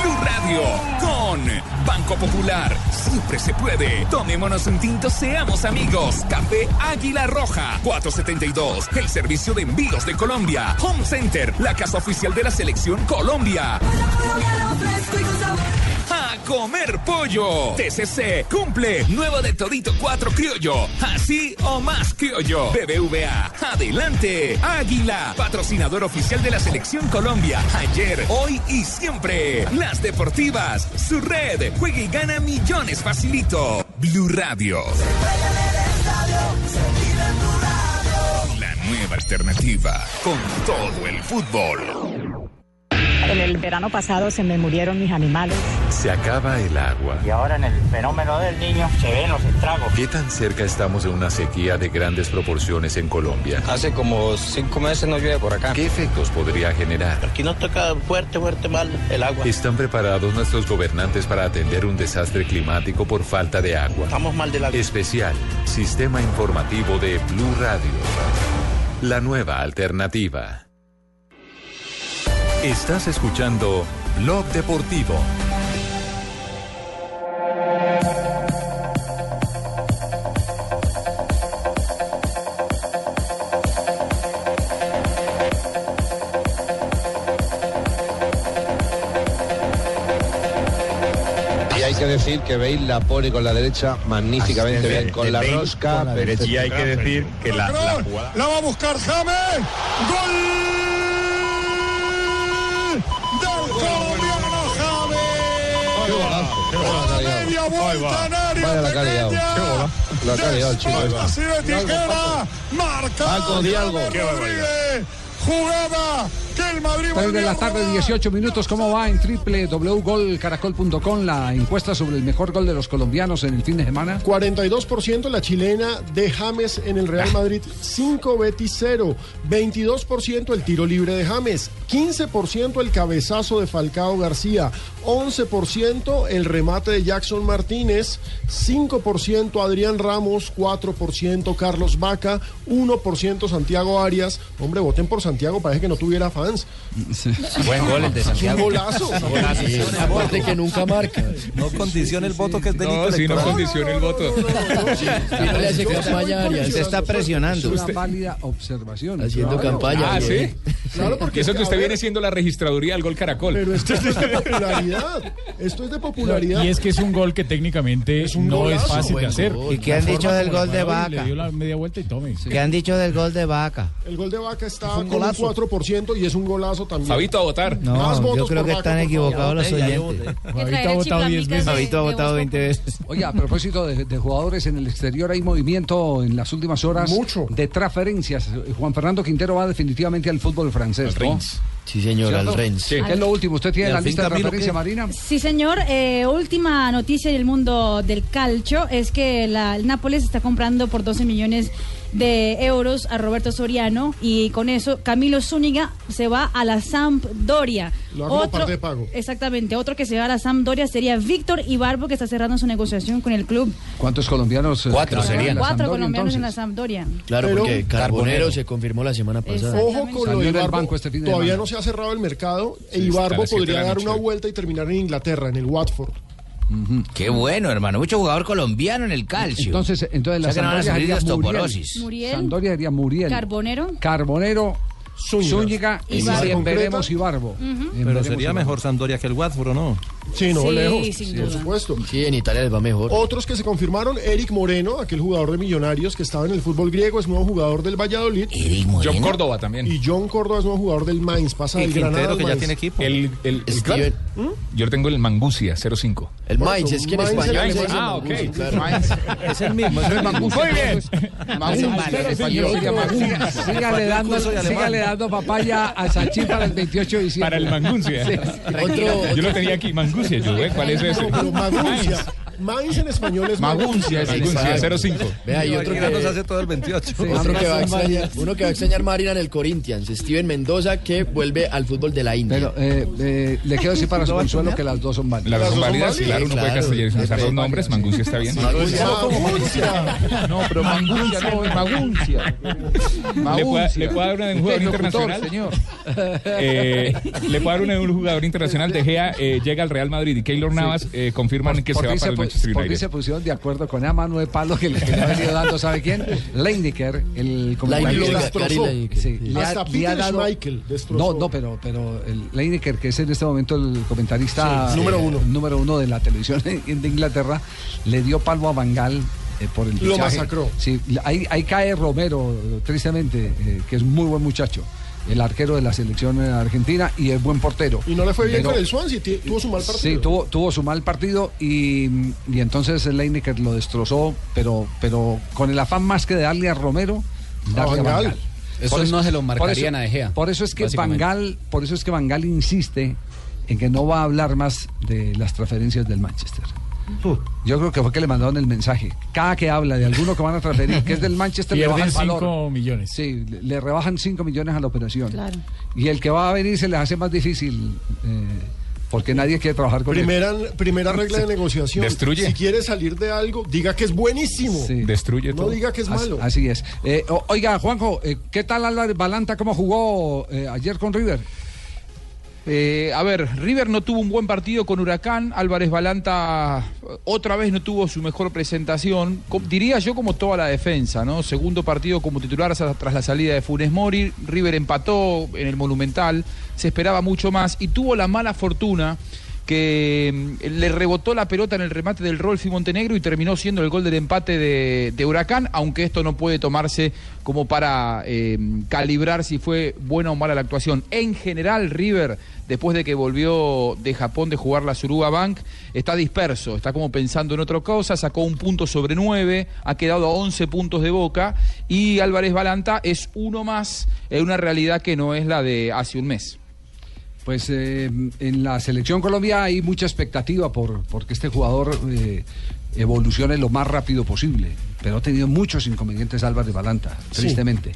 [SPEAKER 27] Blue Radio con Banco Popular. Siempre se puede. Tomémonos un tinto, seamos amigos. Café Águila Roja 472. El servicio de envíos de Colombia. Home Center, la casa oficial de la selección Colombia. A comer pollo. TCC cumple. Nuevo de Todito 4 Criollo. Así o más criollo. BBVA. Adelante. Águila. Patrocinador oficial de la Selección Colombia. Ayer, hoy y siempre. Las Deportivas. Su red. Juega y gana millones facilito. Blue Radio. La nueva alternativa. Con todo el fútbol.
[SPEAKER 28] En el verano pasado se me murieron mis animales.
[SPEAKER 3] Se acaba el agua.
[SPEAKER 28] Y ahora en el fenómeno del niño se ven los estragos.
[SPEAKER 3] ¿Qué tan cerca estamos de una sequía de grandes proporciones en Colombia?
[SPEAKER 29] Hace como cinco meses no llueve por acá.
[SPEAKER 3] ¿Qué efectos podría generar?
[SPEAKER 29] Aquí nos toca fuerte, fuerte mal el agua.
[SPEAKER 3] ¿Están preparados nuestros gobernantes para atender un desastre climático por falta de agua?
[SPEAKER 29] Estamos mal del agua.
[SPEAKER 3] Especial, Sistema Informativo de Blue Radio. La nueva alternativa. Estás escuchando Blog Deportivo.
[SPEAKER 23] Y hay que decir que Bale la pone con la derecha magníficamente bien, con la rosca. perfecto.
[SPEAKER 30] Y hay que decir que la, la jugada.
[SPEAKER 5] (laughs) La va a buscar James. ¡Gol! ¡Del colombiano James! ¡La media vuelta en
[SPEAKER 23] Vaya la
[SPEAKER 5] área
[SPEAKER 23] que ha liado.
[SPEAKER 5] pequeña!
[SPEAKER 23] La que ha liado el chico.
[SPEAKER 5] Después
[SPEAKER 23] esta.
[SPEAKER 5] así de tijera, marcada
[SPEAKER 23] Paco, di algo.
[SPEAKER 5] de
[SPEAKER 23] Qué barbaridad.
[SPEAKER 5] Rodríguez, jugada que
[SPEAKER 10] Real Madrid. 3 de la tarde, 18 minutos. ¿Cómo va en www.golcaracol.com la encuesta sobre el mejor gol de los colombianos en el fin de semana?
[SPEAKER 12] 42% la chilena de James en el Real Madrid, 5 Betis 0. 22% el tiro libre de James, 15% el cabezazo de Falcao García, 11% el remate de Jackson Martínez, 5% Adrián Ramos, 4% Carlos Vaca, 1% Santiago Arias. Hombre, voten por Santiago, parece que no tuviera fans.
[SPEAKER 4] Buen gol el de Santiago.
[SPEAKER 12] Un golazo.
[SPEAKER 24] Golazo. Sí, aparte que nunca marca.
[SPEAKER 17] No condiciona el voto que es delito
[SPEAKER 11] No, si no
[SPEAKER 17] electoral.
[SPEAKER 11] condiciona el voto.
[SPEAKER 24] No le hace
[SPEAKER 10] Yo estoy
[SPEAKER 24] campaña a Arias.
[SPEAKER 10] condicionando,
[SPEAKER 4] Se está presionando.
[SPEAKER 10] Es una válida observación.
[SPEAKER 24] Haciendo campaña,
[SPEAKER 11] Ah,
[SPEAKER 24] bien.
[SPEAKER 11] sí. Claro, porque eso que usted viene siendo la registraduría del gol Caracol.
[SPEAKER 12] Pero esto es de
[SPEAKER 24] (laughs)
[SPEAKER 12] popularidad. Esto es de popularidad.
[SPEAKER 13] Y es que es un gol que técnicamente no es
[SPEAKER 12] golazo,
[SPEAKER 13] fácil de
[SPEAKER 12] buen
[SPEAKER 13] hacer.
[SPEAKER 12] gol.
[SPEAKER 4] ¿Y qué han
[SPEAKER 13] La
[SPEAKER 4] dicho
[SPEAKER 13] forma
[SPEAKER 4] del
[SPEAKER 13] como
[SPEAKER 4] gol de
[SPEAKER 13] armaron y
[SPEAKER 4] Vaca?
[SPEAKER 13] Le dio la media vuelta y tome.
[SPEAKER 4] ¿Qué han dicho del gol de Vaca?
[SPEAKER 12] El gol de Vaca está
[SPEAKER 4] un
[SPEAKER 12] con un
[SPEAKER 4] golazo.
[SPEAKER 12] 4% y es un golazo también.
[SPEAKER 4] Fabito,
[SPEAKER 11] a votar.
[SPEAKER 4] No,
[SPEAKER 12] Más votos
[SPEAKER 4] yo creo
[SPEAKER 12] por
[SPEAKER 4] que
[SPEAKER 12] Vaca,
[SPEAKER 4] están
[SPEAKER 12] por favor.
[SPEAKER 4] equivocados los
[SPEAKER 12] Ya, ya
[SPEAKER 4] oyentes.
[SPEAKER 12] voté.
[SPEAKER 4] Fabito ha votado 10 veces. Fabito ha votado 20 veces.
[SPEAKER 10] Oye, a propósito de, de jugadores en el exterior, hay movimiento en las últimas horas Mucho. de transferencias. Juan Fernando Quintero va definitivamente al fútbol francés. ¿no?
[SPEAKER 24] Sí, señor, al
[SPEAKER 10] ¿Cierto?
[SPEAKER 24] Rennes.
[SPEAKER 10] ¿Qué es lo último? ¿Usted tiene
[SPEAKER 24] ¿Y
[SPEAKER 10] la
[SPEAKER 24] al fin
[SPEAKER 10] lista de
[SPEAKER 24] Camilo
[SPEAKER 10] referencia,
[SPEAKER 24] qué?
[SPEAKER 10] Marina?
[SPEAKER 7] Sí, señor. Eh, última noticia del mundo del calcio es que la, el Nápoles está comprando por 12 millones de euros a Roberto Soriano y con eso Camilo Zúñiga se va a la Sampdoria.
[SPEAKER 12] Lo hago por parte de pago.
[SPEAKER 7] Exactamente. Otro que se va a la Sampdoria sería Víctor Ibarbo que está cerrando su negociación con el club.
[SPEAKER 10] ¿Cuántos colombianos? eh,
[SPEAKER 24] Cuatro
[SPEAKER 10] trabajan en
[SPEAKER 24] serían.
[SPEAKER 10] la
[SPEAKER 7] Cuatro
[SPEAKER 10] Sampdoria,
[SPEAKER 7] colombianos en la
[SPEAKER 10] entonces?
[SPEAKER 7] Sampdoria.
[SPEAKER 24] Claro,
[SPEAKER 12] Pero-
[SPEAKER 24] porque Carbonero
[SPEAKER 12] Carbonero.
[SPEAKER 24] se confirmó la semana pasada.
[SPEAKER 12] Ojo con lo
[SPEAKER 10] Salió
[SPEAKER 12] de
[SPEAKER 10] del
[SPEAKER 12] Ibarbo.
[SPEAKER 10] banco este fin de
[SPEAKER 12] Todavía
[SPEAKER 10] semana.
[SPEAKER 12] no se ha cerrado el mercado e
[SPEAKER 4] está a
[SPEAKER 12] Ibarbo
[SPEAKER 4] las siete de
[SPEAKER 12] podría
[SPEAKER 4] la
[SPEAKER 12] dar
[SPEAKER 4] noche.
[SPEAKER 12] una vuelta y terminar en Inglaterra, en el Watford.
[SPEAKER 4] Qué bueno, hermano. Mucho jugador colombiano en el calcio.
[SPEAKER 10] Entonces, entonces la
[SPEAKER 4] O sea que no van a salir de
[SPEAKER 10] Sampdoria sería Muriel.
[SPEAKER 4] osteoporosis.
[SPEAKER 7] Muriel.
[SPEAKER 10] Sampdoria sería Muriel.
[SPEAKER 7] Carbonero.
[SPEAKER 10] Carbonero, Zúñiga, y
[SPEAKER 7] Ibarbo.
[SPEAKER 10] si en
[SPEAKER 7] ¿Concreta?
[SPEAKER 10] veremos Ibarbo.
[SPEAKER 17] Pero sería mejor Sampdoria que el Watford, ¿o no?
[SPEAKER 12] Sí, no,
[SPEAKER 7] Sí,
[SPEAKER 12] lejos.
[SPEAKER 7] sin
[SPEAKER 12] por
[SPEAKER 7] duda.
[SPEAKER 12] supuesto.
[SPEAKER 24] Sí, en Italia les va mejor.
[SPEAKER 12] Otros que se confirmaron, Eric Moreno, aquel jugador de Millonarios que estaba en el fútbol griego, es nuevo jugador del Valladolid.
[SPEAKER 11] John Córdoba también.
[SPEAKER 12] Y John Córdoba es nuevo jugador del Mainz, pasa del Granada al Mainz.
[SPEAKER 17] equipo.
[SPEAKER 11] El, el, el
[SPEAKER 24] Steven.
[SPEAKER 11] club. Yo tengo el Mangucia 05.
[SPEAKER 24] El Mainz, es que en
[SPEAKER 12] Mainz es
[SPEAKER 24] español
[SPEAKER 12] el
[SPEAKER 24] se
[SPEAKER 12] Mainz.
[SPEAKER 24] dice
[SPEAKER 11] Ah, ok.
[SPEAKER 24] Mangusta, claro.
[SPEAKER 17] Es el
[SPEAKER 10] (laughs)
[SPEAKER 17] mismo. es el mismo.
[SPEAKER 11] Muy bien.
[SPEAKER 10] Sígale dando,
[SPEAKER 17] Curso de alemán.
[SPEAKER 10] sígale dando papaya a Sachín para el 28 de diciembre.
[SPEAKER 11] Para el Manguncia.
[SPEAKER 24] Otro-
[SPEAKER 11] Yo lo tenía aquí, Mangucia. Yo, ¿eh? ¿Cuál es ese?
[SPEAKER 12] Pero Maguncia. Mainz en español es
[SPEAKER 4] Maguncia es
[SPEAKER 11] Manguncia
[SPEAKER 24] Exacto.
[SPEAKER 11] 05.
[SPEAKER 24] Vea, y otro
[SPEAKER 17] Cualquiera
[SPEAKER 24] que-
[SPEAKER 17] nos hace todo el 28.
[SPEAKER 24] Otro que, va a
[SPEAKER 10] Amazon
[SPEAKER 24] extrañar, uno que va a extrañar Marina en el Corinthians, Steven Mendoza, que vuelve al fútbol de la India.
[SPEAKER 10] Pero eh, eh, le quiero decir para su consuelo que las dos son válidas.
[SPEAKER 11] Las dos son válidas,
[SPEAKER 24] Sí,
[SPEAKER 11] claro, uno puede
[SPEAKER 24] claro.
[SPEAKER 11] castellanizar los
[SPEAKER 24] Perfecto.
[SPEAKER 11] nombres, Manguncia está bien.
[SPEAKER 12] Maguncia.
[SPEAKER 4] No, pero Maguncia no, es Maguncia.
[SPEAKER 11] ¿Le puedo,
[SPEAKER 4] Maguncia.
[SPEAKER 11] le puedo dar una de un jugador
[SPEAKER 4] Usted es locutor,
[SPEAKER 11] internacional?
[SPEAKER 4] señor.
[SPEAKER 11] Eh, le puedo dar una de un jugador internacional. De Gea eh, llega al Real Madrid y Keylor Navas eh, confirman que se va
[SPEAKER 10] fin
[SPEAKER 11] para el
[SPEAKER 10] pu-
[SPEAKER 11] Manchester
[SPEAKER 10] por fin se
[SPEAKER 11] United.
[SPEAKER 10] pusieron de acuerdo con Ama Nueve Palo que le, que le ha venido dando, ¿sabe quién? Leinecker, el
[SPEAKER 12] Lo
[SPEAKER 10] comentarista.
[SPEAKER 24] Leinecker.
[SPEAKER 12] destrozó.
[SPEAKER 10] Sí, le ha-
[SPEAKER 12] Hasta
[SPEAKER 10] le ha
[SPEAKER 12] Peter
[SPEAKER 10] dado-
[SPEAKER 12] Schmeichel destrozó.
[SPEAKER 10] No, no, pero, pero el Leinecker, que es en este momento el comentarista
[SPEAKER 12] Sí, número
[SPEAKER 10] eh,
[SPEAKER 12] uno.
[SPEAKER 10] número uno de la televisión (laughs) de Inglaterra, le dio palo a Bangal. eh, por el
[SPEAKER 12] Lo
[SPEAKER 10] fichaje.
[SPEAKER 12] masacró.
[SPEAKER 10] Sí, ahí, ahí cae Romero, tristemente, eh, que es muy buen muchacho, el arquero de la selección eh, argentina y es buen portero.
[SPEAKER 12] Y no le fue bien
[SPEAKER 10] Pero-
[SPEAKER 12] con el Swansea, ti- tuvo su mal partido.
[SPEAKER 10] Sí, tuvo, tuvo su mal partido y, y entonces el Leinecker lo destrozó, pero, pero con el afán más que de darle a Romero, darle a
[SPEAKER 12] Van Gaal.
[SPEAKER 10] Bangal.
[SPEAKER 21] Eso no se lo marcarían
[SPEAKER 10] eso,
[SPEAKER 21] a De Gea,
[SPEAKER 10] Por eso es que
[SPEAKER 21] básicamente.
[SPEAKER 10] Bangal, por eso es que Bangal insiste en que no va a hablar más de las transferencias del Manchester.
[SPEAKER 12] Uh.
[SPEAKER 10] Yo creo que fue que le mandaron el mensaje. Cada que habla de alguno que van a transferir, que es del Manchester, le bajan
[SPEAKER 13] Pierden
[SPEAKER 10] el valor.
[SPEAKER 13] 5 millones.
[SPEAKER 10] Sí, le- le rebajan 5 millones a la operación.
[SPEAKER 7] Claro.
[SPEAKER 10] Y el que va a venir se les hace más difícil eh, porque nadie quiere trabajar con él.
[SPEAKER 12] Primera, primera regla de negociación.
[SPEAKER 11] Destruye.
[SPEAKER 12] Si quiere salir de algo, diga que es buenísimo.
[SPEAKER 10] Sí.
[SPEAKER 11] Destruye
[SPEAKER 12] No
[SPEAKER 11] todo.
[SPEAKER 12] diga que es
[SPEAKER 10] Así-
[SPEAKER 12] malo.
[SPEAKER 10] Así es. Eh, o- oiga, Juanjo, eh, ¿qué tal Álvarez Balanta? ¿Cómo jugó eh, ayer con River?
[SPEAKER 14] Eh, a ver, River no tuvo un buen partido con Huracán, Álvarez Balanta eh, otra vez no tuvo su mejor presentación, Co- diría yo como toda la defensa, ¿no? Segundo partido como titular sa- tras la salida de Funes Mori, River empató en el Monumental, se esperaba mucho más y tuvo la mala fortuna que mm, le rebotó la pelota en el remate del Rolfi Montenegro y terminó siendo el gol del empate de, de Huracán, aunque esto no puede tomarse como para eh, calibrar si fue buena o mala la actuación. En general, River, después de que volvió de Japón de jugar la Suruga Bank, está disperso, está como pensando en otra cosa, sacó un punto sobre nueve, ha quedado a 11 puntos de boca y Álvarez Balanta es uno más en una realidad que no es la de hace un mes.
[SPEAKER 10] Pues eh, en la selección Colombia hay mucha expectativa por porque este jugador eh, evolucione lo más rápido posible, pero ha tenido muchos inconvenientes Álvarez Balanta,
[SPEAKER 31] Sí.
[SPEAKER 10] tristemente.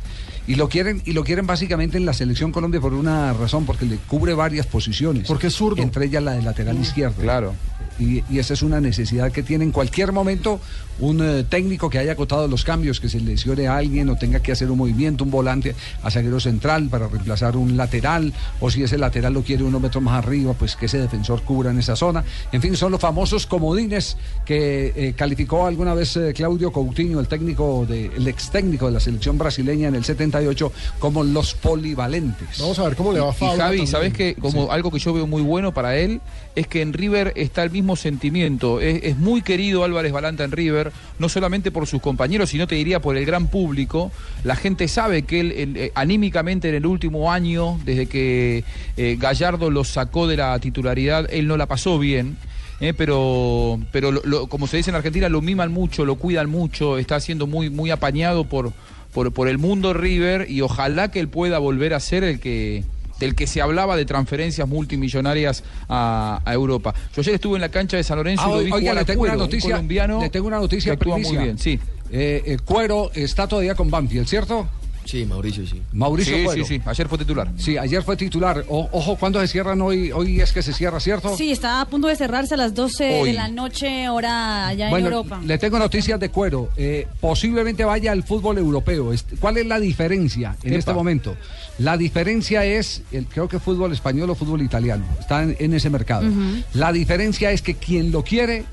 [SPEAKER 10] Y lo quieren y lo quieren básicamente en la selección Colombia por una razón, porque le cubre varias posiciones. Porque es zurdo. Mm. Entre ellas la de lateral izquierdo. Claro. Y, y esa es una necesidad que tiene en cualquier momento un eh, técnico que haya acotado los cambios, que se lesione a alguien o tenga que hacer un movimiento, un volante a zaguero central para reemplazar un lateral, o si ese lateral lo quiere unos metros más arriba, pues que ese defensor cubra en esa zona. En fin, son los famosos comodines que eh, calificó alguna vez eh, Claudio Coutinho, el técnico de, el ex técnico de la selección brasileña en el 78, como los polivalentes.
[SPEAKER 32] Vamos a ver cómo le va a
[SPEAKER 14] Y
[SPEAKER 32] Fabio.
[SPEAKER 14] Javi,
[SPEAKER 32] también.
[SPEAKER 14] ¿sabes que Como
[SPEAKER 32] Sí.
[SPEAKER 14] algo que yo veo muy bueno para él es que en River está el mismo sentimiento. Es, es muy querido Álvarez Balanta en River, no solamente por sus compañeros, sino te diría por el gran público. La gente sabe que él, él, eh, anímicamente en el último año, desde que eh, Gallardo lo sacó de la titularidad, él no la pasó bien. eh, pero pero lo- lo- como se dice en Argentina, lo miman mucho, lo cuidan mucho, está siendo muy, muy apañado por, por, por el mundo River y ojalá que él pueda volver a ser el que del que se hablaba de transferencias multimillonarias a, a Europa. Yo ayer estuve en la cancha de San Lorenzo
[SPEAKER 10] Ah,
[SPEAKER 14] y lo
[SPEAKER 10] oi-
[SPEAKER 14] vi
[SPEAKER 10] oiga,
[SPEAKER 14] jugar
[SPEAKER 10] le
[SPEAKER 14] a
[SPEAKER 10] tengo una
[SPEAKER 14] Cuero, un
[SPEAKER 10] noticia,
[SPEAKER 14] colombiano
[SPEAKER 10] le tengo una noticia
[SPEAKER 14] que actúa muy
[SPEAKER 10] primicia.
[SPEAKER 14] bien, sí.
[SPEAKER 10] Eh, eh, Cuero está todavía con Banfield, ¿cierto?
[SPEAKER 24] Sí, Mauricio, sí.
[SPEAKER 10] Mauricio
[SPEAKER 14] Sí,
[SPEAKER 10] Cuero.
[SPEAKER 14] sí, sí, ayer fue titular.
[SPEAKER 10] Sí, ayer fue titular. O- ojo, ¿cuándo se cierran hoy? Hoy es que se cierra,
[SPEAKER 12] Oh.
[SPEAKER 10] ¿cierto?
[SPEAKER 7] Sí, está a punto de cerrarse a las 12
[SPEAKER 10] Hoy.
[SPEAKER 7] de la noche, hora allá
[SPEAKER 10] bueno,
[SPEAKER 7] en Europa.
[SPEAKER 10] le tengo noticias de cuero. Eh, posiblemente vaya al fútbol europeo. Este- ¿Cuál es la diferencia en
[SPEAKER 18] Epa.
[SPEAKER 10] este momento? La diferencia es, el, creo que fútbol español o fútbol italiano, está en, en ese mercado.
[SPEAKER 18] Ujú.
[SPEAKER 10] La diferencia es que quien lo quiere,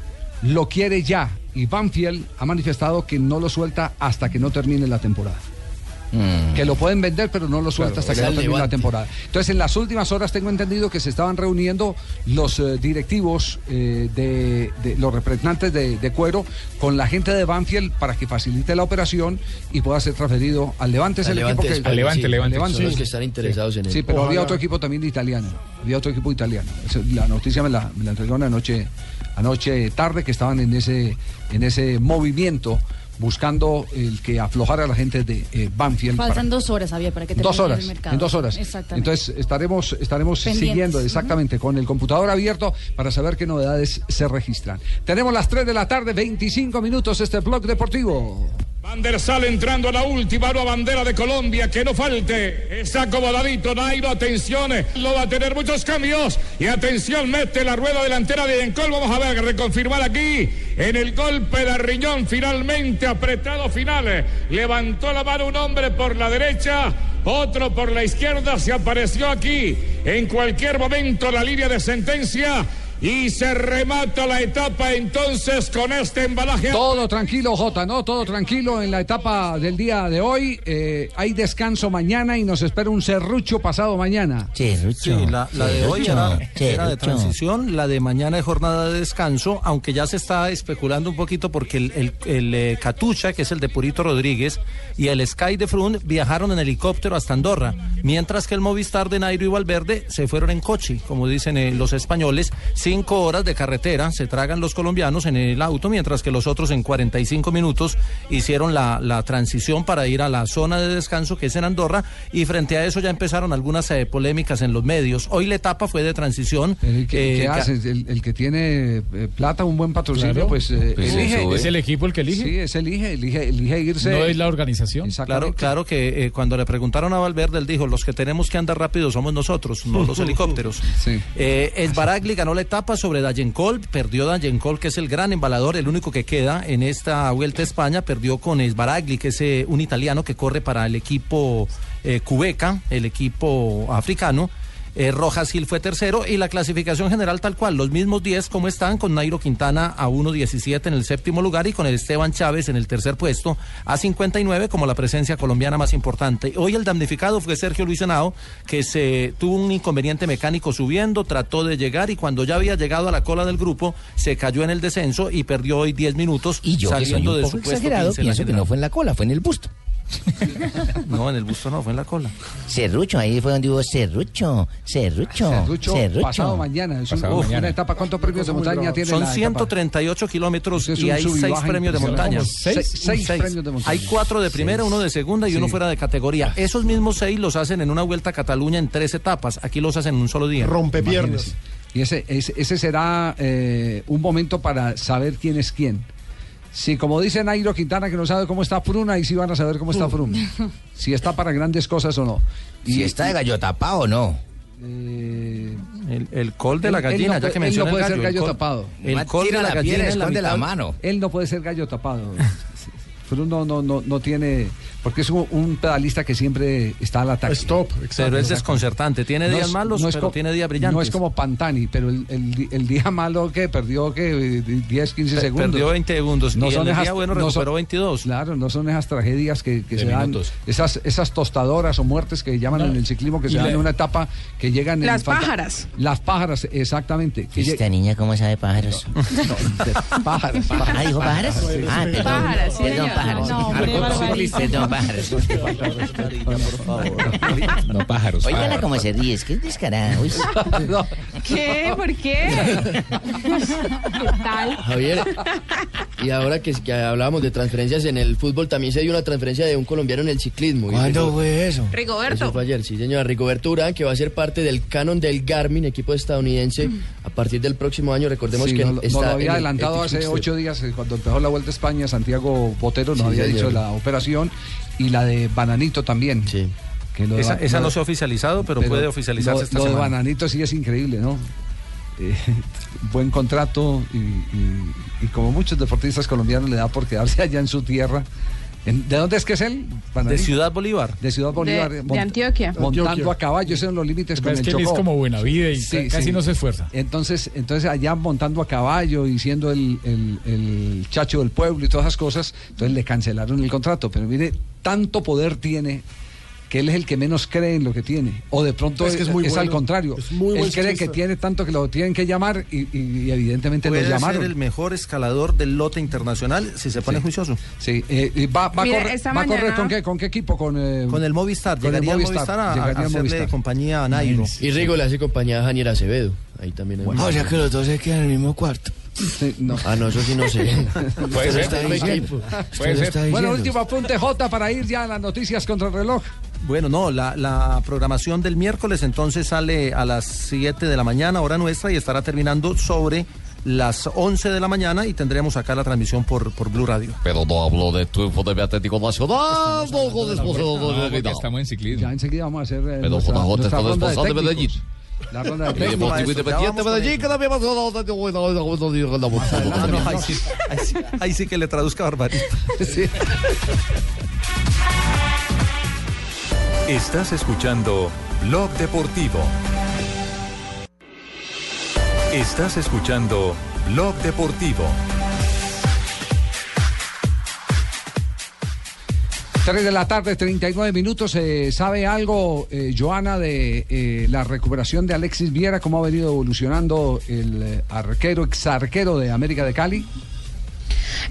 [SPEAKER 10] lo quiere ya. Y Banfield ha manifestado que no lo suelta hasta que no termine la temporada. Que lo pueden vender, pero no lo suelta
[SPEAKER 24] Mm. Claro,
[SPEAKER 10] hasta que
[SPEAKER 24] es
[SPEAKER 10] no
[SPEAKER 24] el
[SPEAKER 10] termine la
[SPEAKER 24] Levante.
[SPEAKER 10] temporada. Entonces, en las últimas horas tengo entendido que se estaban reuniendo los eh, directivos eh, de, de- los representantes de, de cuero con la gente de Banfield para que facilite la operación y pueda ser transferido al Levante. Es
[SPEAKER 24] Al
[SPEAKER 10] el
[SPEAKER 24] Levante
[SPEAKER 10] equipo
[SPEAKER 24] de
[SPEAKER 10] que
[SPEAKER 24] España, Al Levante, sí. al Levante. Son los que están interesados
[SPEAKER 10] Sí.
[SPEAKER 24] en él.
[SPEAKER 10] Sí, pero había
[SPEAKER 24] Ojalá.
[SPEAKER 10] otro equipo también de italiano. Había otro equipo italiano. Eso, La noticia me la, me la entregaron anoche, anoche tarde que estaban en ese, en ese movimiento buscando el que aflojara a la gente de eh, Banfield. para-
[SPEAKER 7] Faltan dos horas, Javier, para que termine
[SPEAKER 10] Dos horas,
[SPEAKER 7] el mercado.
[SPEAKER 10] en dos horas.
[SPEAKER 7] Exactamente.
[SPEAKER 10] Entonces estaremos, estaremos
[SPEAKER 7] Pendientes,
[SPEAKER 10] siguiendo
[SPEAKER 7] ujú.
[SPEAKER 10] exactamente con el computador abierto para saber qué novedades se registran. Tenemos las 3 de la tarde, 25 minutos, este blog deportivo.
[SPEAKER 33] Van der Sar entrando a la última, una bandera de Colombia, que no falte. Está acomodadito, Nairo, atención, eh, lo va a tener muchos cambios. Y atención, mete la rueda delantera de Encol. Vamos a ver, reconfirmar aquí en el golpe de riñón, finalmente apretado final. eh, Levantó la mano un hombre por la derecha, otro por la izquierda, se apareció aquí. En cualquier momento la línea de sentencia. Y se remata la etapa entonces con este embalaje.
[SPEAKER 10] Todo tranquilo, Jota, ¿no? Todo tranquilo en la etapa del día de hoy. Eh, hay descanso mañana y nos espera un serrucho pasado mañana.
[SPEAKER 26] Sí, la, la de hoy era, era de transición, la de mañana es jornada de descanso, aunque ya se está especulando un poquito porque el, el, el, eh, Catucha, que es el de Purito Rodríguez, y el Sky de Frun viajaron en helicóptero hasta Andorra, mientras que el Movistar de Nairo y Valverde se fueron en coche, como dicen eh, los españoles, cinco horas de carretera se tragan los colombianos en el auto, mientras que los otros en 45 minutos hicieron la, la transición para ir a la zona de descanso que es en Andorra y frente a eso ya empezaron algunas eh, polémicas en los medios. Hoy la etapa fue de transición.
[SPEAKER 10] ¿Qué
[SPEAKER 26] eh, ca-
[SPEAKER 10] haces? El, el que tiene eh, plata, un buen patrocinio,
[SPEAKER 26] Claro.
[SPEAKER 10] pues, eh,
[SPEAKER 26] Pues eso, ¿eh? ¿Es el
[SPEAKER 10] equipo el que elige. Sí, es elige, elige, elige irse.
[SPEAKER 26] No es
[SPEAKER 10] la organización.
[SPEAKER 26] Claro, claro que eh, cuando le preguntaron a Valverde, él dijo, los que tenemos que andar rápido somos nosotros, no
[SPEAKER 10] (laughs)
[SPEAKER 26] los helicópteros.
[SPEAKER 10] Sí.
[SPEAKER 26] Eh, el Baragli ganó la etapa sobre Dayencol, perdió Dayencol, que es el gran embalador, el único que queda en esta Vuelta a España, perdió con el Baragli, que es eh, un italiano que corre para el equipo eh, Cubeca, el equipo africano. Eh, Rojas Gil fue tercero y la clasificación general tal cual, los mismos 10 como están, con Nairo Quintana a 1.17 en el séptimo lugar y con el Esteban Chávez en el tercer puesto a 59 como la presencia colombiana más importante. Hoy el damnificado fue Sergio Luis Henao, que se tuvo un inconveniente mecánico subiendo, trató de llegar y cuando ya había llegado a la cola del grupo, se cayó en el descenso y perdió hoy 10 minutos
[SPEAKER 15] Y yo que soy
[SPEAKER 26] saliendo
[SPEAKER 15] un
[SPEAKER 26] de
[SPEAKER 15] poco
[SPEAKER 26] su puesto
[SPEAKER 15] exagerado
[SPEAKER 26] 15 en la
[SPEAKER 15] pienso que
[SPEAKER 26] general.
[SPEAKER 15] no fue en la cola, fue en el busto.
[SPEAKER 26] No, en el busto no, fue en la cola.
[SPEAKER 15] Cerrucho, ahí fue donde hubo Cerrucho, Cerrucho,
[SPEAKER 26] Serrucho,
[SPEAKER 15] Cerrucho.
[SPEAKER 26] pasado mañana, es un- Pasado uf, mañana. una
[SPEAKER 10] etapa, ¿cuántos premios de
[SPEAKER 26] Muy
[SPEAKER 10] montaña
[SPEAKER 26] bravo.
[SPEAKER 10] tiene
[SPEAKER 26] Son
[SPEAKER 10] la etapa?
[SPEAKER 26] 138 kilómetros
[SPEAKER 10] es
[SPEAKER 26] y
[SPEAKER 10] un
[SPEAKER 26] hay
[SPEAKER 10] sub y
[SPEAKER 26] seis
[SPEAKER 10] baja
[SPEAKER 26] premios de montaña.
[SPEAKER 10] impresionante. Como seis-
[SPEAKER 26] Se-
[SPEAKER 10] seis
[SPEAKER 26] seis.
[SPEAKER 10] premios de montaña.
[SPEAKER 26] Hay cuatro de primera, uno de segunda y uno
[SPEAKER 10] Sí.
[SPEAKER 26] fuera de categoría. Esos mismos seis los hacen en una vuelta a Cataluña en tres etapas. Aquí los hacen en un solo día.
[SPEAKER 10] Imagínense. Y ese, ese, ese será eh, un momento para saber quién es quién. Si, como dice Nairo Quintana, que no sabe cómo está Pruna, y si van a saber cómo
[SPEAKER 26] Mm.
[SPEAKER 10] está Frum.
[SPEAKER 26] (laughs)
[SPEAKER 10] Si está para grandes cosas o no.
[SPEAKER 15] Si está de gallo tapado o no.
[SPEAKER 4] Eh,
[SPEAKER 26] El, el col de la
[SPEAKER 10] Él- él
[SPEAKER 26] gallina,
[SPEAKER 10] no
[SPEAKER 26] ya
[SPEAKER 10] puede-
[SPEAKER 26] que menciona
[SPEAKER 10] él no puede
[SPEAKER 26] el
[SPEAKER 10] ser
[SPEAKER 26] gallo, el
[SPEAKER 10] gallo
[SPEAKER 26] col-
[SPEAKER 10] tapado.
[SPEAKER 26] El col de la gallina es la mitad.
[SPEAKER 10] Él no puede ser gallo (laughs) tapado. Frum no, no, no, no tiene. Porque es un, un pedalista que siempre está al ataque. Stop,
[SPEAKER 26] Pero es desconcertante. Tiene días malos, pero tiene días brillantes.
[SPEAKER 10] No es como Pantani, pero el, el- el día malo que perdió que 10, 15
[SPEAKER 26] Pe-
[SPEAKER 10] segundos.
[SPEAKER 26] perdió 20 segundos, Pues, y en el día bueno
[SPEAKER 10] no son-
[SPEAKER 26] recuperó 22.
[SPEAKER 10] Claro, no son esas tragedias que, que
[SPEAKER 26] De
[SPEAKER 10] se dan,
[SPEAKER 26] minutos.
[SPEAKER 10] esas, esas tostadoras o muertes que llaman en el ciclismo que se
[SPEAKER 15] Y
[SPEAKER 10] dan
[SPEAKER 15] la-
[SPEAKER 10] en una etapa que llegan en
[SPEAKER 15] Las
[SPEAKER 10] falta-
[SPEAKER 15] pájaras.
[SPEAKER 10] Las pájaras, exactamente. que
[SPEAKER 15] Esta
[SPEAKER 10] lleg-
[SPEAKER 15] niña, ¿cómo sabe pájaros?
[SPEAKER 10] (laughs)
[SPEAKER 15] (laughs)
[SPEAKER 10] pájaros, pájaros.
[SPEAKER 15] Ah, dijo pájaros. Ah, perdón.
[SPEAKER 22] Pájaras, sí,
[SPEAKER 15] Perdón,
[SPEAKER 22] señor.
[SPEAKER 15] pájaros.
[SPEAKER 22] No, hombre,
[SPEAKER 15] Perdón,
[SPEAKER 22] barbaridad.
[SPEAKER 15] Perdón, pájaros.
[SPEAKER 4] No, pájaros.
[SPEAKER 15] Óigala
[SPEAKER 4] pájaros.
[SPEAKER 15] cómo se ríe, es que es descarada. uy.
[SPEAKER 22] ¿Qué? ¿Por qué? ¿Qué tal?
[SPEAKER 24] Javier, y ahora que, que hablábamos de transferencias en el fútbol, también se dio una transferencia de un colombiano en el ciclismo. ¿Cuándo
[SPEAKER 15] fue eso?
[SPEAKER 24] Eso fue ayer, sí, señora. Rigoberto Urán, que va a ser parte del canon del Garmin, equipo estadounidense, a partir del próximo año. Recordemos
[SPEAKER 10] Sí,
[SPEAKER 24] que
[SPEAKER 10] no, lo- no
[SPEAKER 24] está
[SPEAKER 10] lo
[SPEAKER 24] en el
[SPEAKER 10] había adelantado
[SPEAKER 24] Ethics
[SPEAKER 10] hace
[SPEAKER 24] Hipster.
[SPEAKER 10] ocho días eh, cuando empezó la Vuelta a España, Santiago Botero nos
[SPEAKER 24] Sí,
[SPEAKER 10] había
[SPEAKER 24] señor.
[SPEAKER 10] dicho la operación y la de Bananito también. Sí.
[SPEAKER 26] Esa, esa no se ha oficializado, pero, puede oficializarse
[SPEAKER 10] lo,
[SPEAKER 26] esta
[SPEAKER 10] lo de
[SPEAKER 26] semana.
[SPEAKER 10] Bananito sí es increíble, ¿no? Eh, (laughs) buen contrato y, y- y como muchos deportistas colombianos le da por quedarse allá en su tierra. En- ¿De dónde es que es él?
[SPEAKER 26] De
[SPEAKER 10] Bananito?
[SPEAKER 26] Ciudad Bolívar.
[SPEAKER 10] De Ciudad Bolívar.
[SPEAKER 22] De- de
[SPEAKER 10] mont-
[SPEAKER 22] Antioquia.
[SPEAKER 10] Montando
[SPEAKER 22] Antioquia.
[SPEAKER 10] a caballo, esos son los límites con
[SPEAKER 13] Pues Es
[SPEAKER 10] el
[SPEAKER 13] que él es
[SPEAKER 10] Chocó.
[SPEAKER 13] como buena vida y ca- casi no se esfuerza.
[SPEAKER 10] Entonces, entonces allá montando a caballo y siendo el, el- el chacho del pueblo y todas esas cosas, entonces le cancelaron el contrato. Pero mire, tanto poder tiene que él es el que menos cree en lo que tiene. O de pronto
[SPEAKER 34] Es
[SPEAKER 10] es,
[SPEAKER 34] que es muy
[SPEAKER 10] es al
[SPEAKER 34] bueno.
[SPEAKER 10] contrario.
[SPEAKER 34] Es muy buen
[SPEAKER 10] él cree que
[SPEAKER 34] ciclista.
[SPEAKER 10] tiene tanto que lo tienen que llamar y, y- y evidentemente lo
[SPEAKER 26] Puede
[SPEAKER 10] llamaron.
[SPEAKER 26] ser el mejor escalador del lote internacional si se pone juicioso.
[SPEAKER 10] Sí, eh, y va, va a
[SPEAKER 26] Mire,
[SPEAKER 10] correr,
[SPEAKER 26] esta
[SPEAKER 10] va a correr
[SPEAKER 26] mañana-
[SPEAKER 10] con qué, con qué equipo, con, eh,
[SPEAKER 26] Con el Movistar,
[SPEAKER 10] con el
[SPEAKER 26] llegaría el
[SPEAKER 10] Movistar,
[SPEAKER 26] Movistar, a- a,
[SPEAKER 10] llegaría el
[SPEAKER 26] hacerle
[SPEAKER 10] Movistar.
[SPEAKER 26] compañía a Nairo.
[SPEAKER 24] Y Rigo le hace compañía a Janier Acevedo. Ahí también hay
[SPEAKER 26] o sea
[SPEAKER 24] que los dos se quedan en el mismo cuarto. Ah, no, eso (laughs) sí no sé.
[SPEAKER 7] Puede
[SPEAKER 24] (laughs) Usted lo
[SPEAKER 7] ser.
[SPEAKER 24] está
[SPEAKER 7] Puede
[SPEAKER 24] diciendo.
[SPEAKER 7] ser.
[SPEAKER 24] Usted
[SPEAKER 26] Puede
[SPEAKER 24] lo
[SPEAKER 26] ser.
[SPEAKER 24] está
[SPEAKER 10] Bueno,
[SPEAKER 24] diciendo.
[SPEAKER 10] último apunte J para ir ya a las noticias contra el reloj.
[SPEAKER 26] Bueno, no, la, la programación del miércoles entonces sale a las 7 de la mañana, hora nuestra, y estará terminando sobre las 11 de la mañana y tendremos acá la transmisión por, por Blue Radio.
[SPEAKER 5] Pero no habló de triunfo de mi Atlético Nacional, no con
[SPEAKER 10] No,
[SPEAKER 5] responsabilidad.
[SPEAKER 10] porque estamos
[SPEAKER 4] en ciclismo.
[SPEAKER 10] Ya enseguida vamos a hacer. eh,
[SPEAKER 5] Pero
[SPEAKER 10] nuestra-
[SPEAKER 5] JJ
[SPEAKER 10] nuestra
[SPEAKER 5] está
[SPEAKER 10] ronda
[SPEAKER 5] responsable de Medellín.
[SPEAKER 10] técnicos. La ronda
[SPEAKER 5] (laughs)
[SPEAKER 10] de
[SPEAKER 5] El
[SPEAKER 10] técnicos.
[SPEAKER 5] Deportivo Independiente de Medellín, que también pasó la-
[SPEAKER 26] Ah, no, ahí, sí, ahí sí- ahí sí que le traduzca barbarito.
[SPEAKER 3] Estás escuchando Blog Deportivo. Estás escuchando Blog Deportivo.
[SPEAKER 10] 3 de la tarde, 39 minutos. Eh, ¿Sabe algo, eh, Joana, de eh, la recuperación de Alexis Viera? ¿Cómo ha venido evolucionando el eh, arquero, exarquero de América de Cali?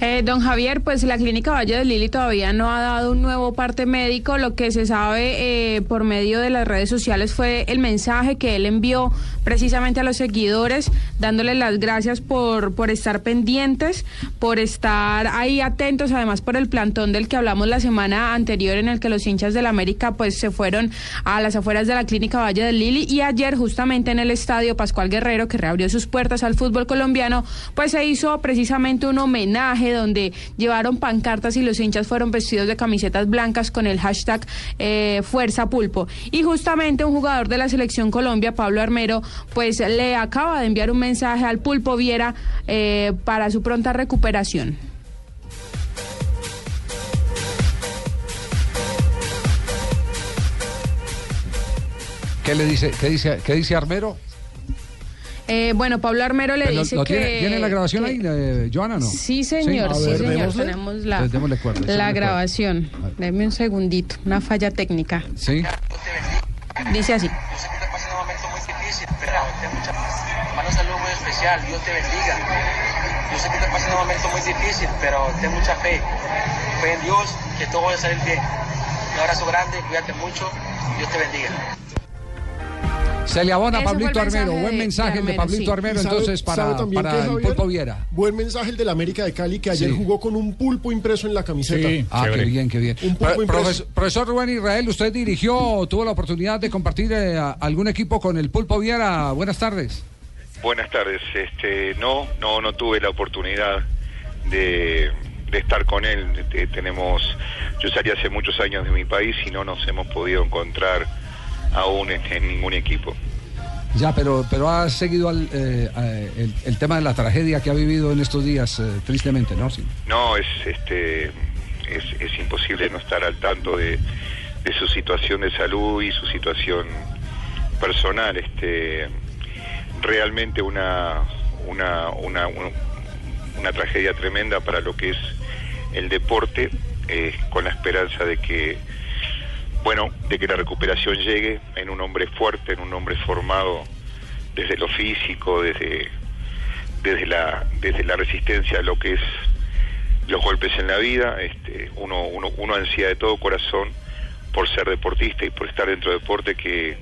[SPEAKER 22] Eh, don Javier, pues la clínica Valle del Lili todavía no ha dado un nuevo parte médico. Lo que se sabe eh, por medio de las redes sociales fue el mensaje que él envió precisamente a los seguidores, dándoles las gracias por, por estar pendientes, por estar ahí atentos, además por el plantón del que hablamos la semana anterior en el que los hinchas del América pues se fueron a las afueras de la clínica Valle del Lili y ayer justamente en el estadio Pascual Guerrero que reabrió sus puertas al fútbol colombiano pues se hizo precisamente un homenaje donde llevaron pancartas y los hinchas fueron vestidos de camisetas blancas con el hashtag eh, Fuerza Pulpo y justamente un jugador de la selección Colombia Pablo Armero pues le acaba de enviar un mensaje al Pulpo Viera eh, para su pronta recuperación.
[SPEAKER 10] ¿Qué le dice, qué dice, qué dice Armero?
[SPEAKER 22] Eh, bueno, Pablo Armero le
[SPEAKER 10] Pero
[SPEAKER 22] dice
[SPEAKER 10] lo
[SPEAKER 22] que...
[SPEAKER 10] tiene, ¿tiene la grabación
[SPEAKER 22] que-
[SPEAKER 10] ahí, eh, Joana, no?
[SPEAKER 22] Sí, señor, sí, señor. Tenemos la,
[SPEAKER 10] eh. Entonces, démosle cuerda, démosle
[SPEAKER 22] la
[SPEAKER 10] cuerda.
[SPEAKER 22] grabación. Deme un segundito, una falla técnica.
[SPEAKER 10] Sí.
[SPEAKER 22] Dice así.
[SPEAKER 35] difícil, pero te mando un saludo muy especial. Dios te bendiga. Yo sé que está pasando un momento muy difícil, pero ten mucha fe. Fe en Dios, que todo va a salir bien. Un abrazo grande, cuídate mucho, Dios te bendiga.
[SPEAKER 10] Se le abona a
[SPEAKER 12] Ese fue
[SPEAKER 10] Pablito
[SPEAKER 12] el mensaje
[SPEAKER 10] Armero.
[SPEAKER 12] de-
[SPEAKER 10] Buen
[SPEAKER 12] de
[SPEAKER 10] mensaje el de
[SPEAKER 12] Armero,
[SPEAKER 10] Pablito
[SPEAKER 12] sí.
[SPEAKER 10] Armero
[SPEAKER 12] Y sabe-
[SPEAKER 10] entonces para,
[SPEAKER 12] sabe también
[SPEAKER 10] para
[SPEAKER 12] que,
[SPEAKER 10] el
[SPEAKER 12] Javier,
[SPEAKER 10] Pulpo Viera.
[SPEAKER 12] Buen mensaje el del América de Cali que ayer
[SPEAKER 10] Sí.
[SPEAKER 12] jugó con un pulpo impreso en la camiseta.
[SPEAKER 10] Ah, qué bien, qué bien.
[SPEAKER 12] Un
[SPEAKER 10] Pro-
[SPEAKER 12] pulpo impreso.
[SPEAKER 10] profes- profesor Rubén Israel, usted dirigió, tuvo la oportunidad de compartir eh, a- algún equipo con el Pulpo Viera. Buenas tardes.
[SPEAKER 30] Buenas tardes. Este, no, no, no tuve la oportunidad de, de estar con él. Este, tenemos, yo salí hace muchos años de mi país y no nos hemos podido encontrar aún en, en ningún equipo.
[SPEAKER 10] Ya, pero, pero ha seguido al, eh, eh, el, el tema de la tragedia que ha vivido en estos días, eh, tristemente, ¿no? Sí.
[SPEAKER 30] No, es, este, es, es imposible no estar al tanto de, de su situación de salud y su situación personal. Este, realmente una, una, una, un- una tragedia tremenda para lo que es el deporte, eh, con la esperanza de que, bueno, de que la recuperación llegue en un hombre fuerte, en un hombre formado desde lo físico, desde, desde, la, desde la resistencia a lo que es los golpes en la vida, este, uno, uno, uno ansía de todo corazón por ser deportista y por estar dentro del deporte que,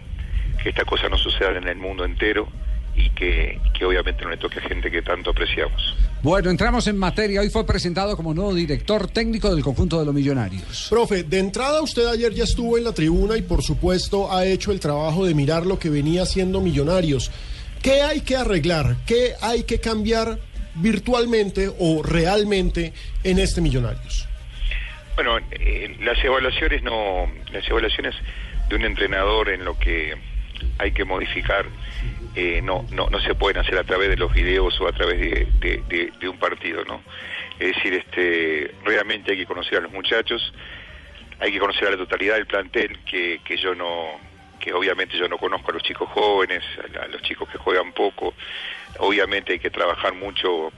[SPEAKER 30] que esta cosa no suceda en el mundo entero y que, que obviamente no le toque a gente que tanto apreciamos.
[SPEAKER 10] Bueno, entramos en materia. Hoy fue presentado como nuevo director técnico del conjunto de los millonarios.
[SPEAKER 12] Profe, de entrada usted ayer ya estuvo en la tribuna y por supuesto ha hecho el trabajo de mirar lo que venía haciendo Millonarios. ¿Qué hay que arreglar? ¿Qué hay que cambiar virtualmente o realmente en este Millonarios?
[SPEAKER 30] Bueno, eh, las evaluaciones no, las evaluaciones de un entrenador en lo que hay que modificar eh, no, no, no se pueden hacer a través de los videos o a través de, de- de- de un partido, ¿no? Es decir, este, realmente hay que conocer a los muchachos, hay que conocer a la totalidad del plantel que, que yo no, que obviamente yo no conozco a los chicos jóvenes, a, la- a los chicos que juegan poco. Obviamente hay que trabajar mucho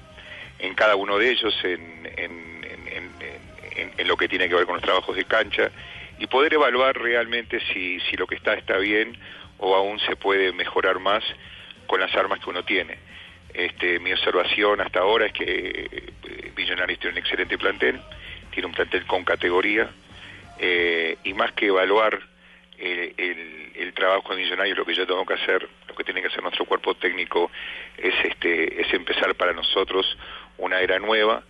[SPEAKER 30] en cada uno de ellos, en- en- en- en- en en, en lo que tiene que ver con los trabajos de cancha y poder evaluar realmente si, si lo que está está bien o aún se puede mejorar más con las armas que uno tiene. Este, mi observación hasta ahora es que eh, Millonarios tiene un excelente plantel, tiene un plantel con categoría eh, y más que evaluar eh, el, el trabajo de Millonarios, lo que yo tengo que hacer, lo que tiene que hacer nuestro cuerpo técnico es, este, es empezar para nosotros una era nueva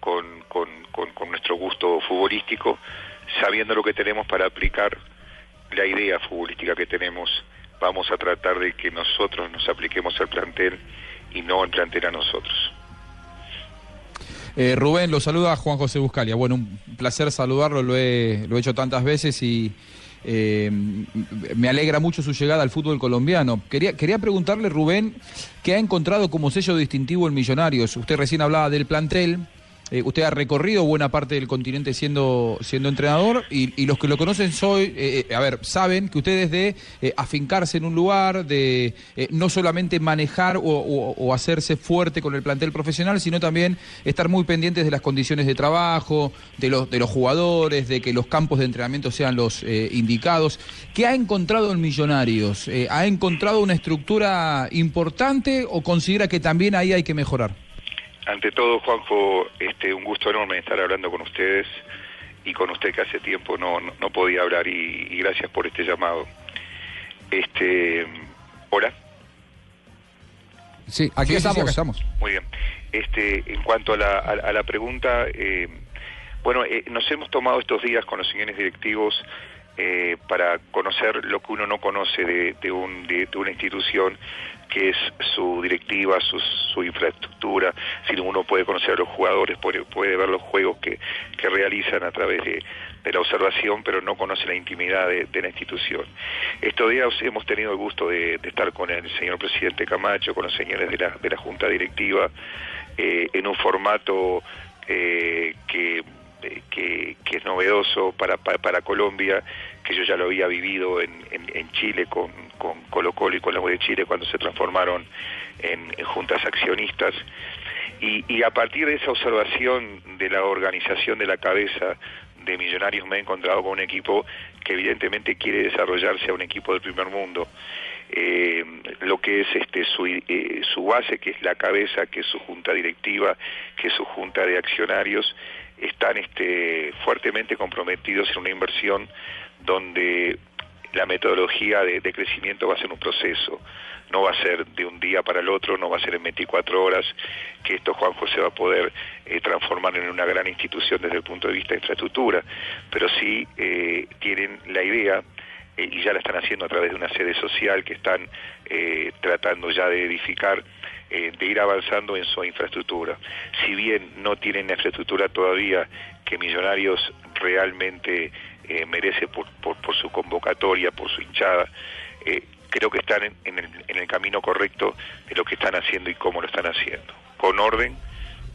[SPEAKER 30] con, con, con- con nuestro gusto futbolístico, sabiendo lo que tenemos para aplicar la idea futbolística que tenemos, vamos a tratar de que nosotros nos apliquemos al plantel y no el plantel a nosotros.
[SPEAKER 14] Eh, Rubén, lo saluda Juan José Buscalia. Bueno, un placer saludarlo, lo he, lo he hecho tantas veces y eh, me alegra mucho su llegada al fútbol colombiano. Quería, quería preguntarle, Rubén, ¿qué ha encontrado como sello distintivo en Millonarios? Usted recién hablaba del plantel. eh, usted ha recorrido buena parte del continente siendo, siendo entrenador y, y los que lo conocen soy, eh, eh, a ver, saben que usted es de eh, afincarse en un lugar, de eh, no solamente manejar o, o- o hacerse fuerte con el plantel profesional, sino también estar muy pendientes de las condiciones de trabajo, de los, de los jugadores, de que los campos de entrenamiento sean los eh, indicados. ¿Qué ha encontrado en Millonarios? Eh, ¿Ha encontrado una estructura importante o considera que también ahí hay que mejorar?
[SPEAKER 30] Ante todo, Juanjo, este, un gusto enorme estar hablando con ustedes y con usted que hace tiempo no, no, no podía hablar y, y gracias por este llamado. Este, hola.
[SPEAKER 10] Sí, aquí
[SPEAKER 14] Sí, sí, sí,
[SPEAKER 10] estamos.
[SPEAKER 14] acá estamos.
[SPEAKER 30] Muy bien. Este, en cuanto a la, a, a la pregunta, eh, bueno, eh, nos hemos tomado estos días con los señores directivos eh, para conocer lo que uno no conoce de, de un- de- de una institución, que es su directiva, su, su infraestructura, si uno puede conocer a los jugadores, puede, puede ver los juegos que, que realizan a través de, de la observación, pero no conoce la intimidad de, de la institución. Estos días hemos tenido el gusto de, de estar con el señor presidente Camacho, con los señores de la, de la Junta Directiva, eh, en un formato eh, que, eh, que- que es novedoso para, para, para Colombia, que yo ya lo había vivido en, en- en Chile con, con Colo Colo y con la U de Chile cuando se transformaron en, en juntas accionistas. Y, y a partir de esa observación de la organización de la cabeza de Millonarios me he encontrado con un equipo que evidentemente quiere desarrollarse a un equipo del primer mundo. eh, lo que es este su, eh, su base, que es la cabeza, que es su junta directiva, que es su junta de accionarios, están este, fuertemente comprometidos en una inversión donde la metodología de, de crecimiento va a ser un proceso, no va a ser de un día para el otro, no va a ser en 24 horas que esto Juan José va a poder eh, transformar en una gran institución desde el punto de vista de infraestructura, pero sí eh, tienen la idea eh, y ya la están haciendo a través de una sede social que están eh, tratando ya de edificar, eh, de ir avanzando en su infraestructura. Si bien no tienen la infraestructura todavía que Millonarios realmente eh, merece por, por, por su convocatoria, por su hinchada, eh, creo que están en, en el, en el camino correcto de lo que están haciendo y cómo lo están haciendo. Con orden,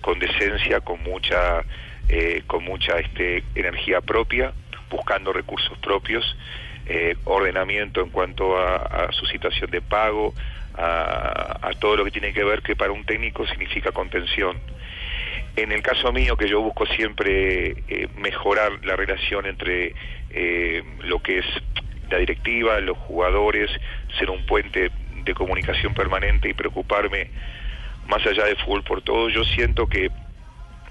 [SPEAKER 30] con decencia, con mucha, eh, con mucha este, energía propia, buscando recursos propios eh, ordenamiento en cuanto a, a su situación de pago, a, a todo lo que tiene que ver que para un técnico significa contención. En el caso mío, que yo busco siempre eh, mejorar la relación entre eh, lo que es la directiva, los jugadores, ser un puente de comunicación permanente y preocuparme más allá de fútbol por todo, yo siento que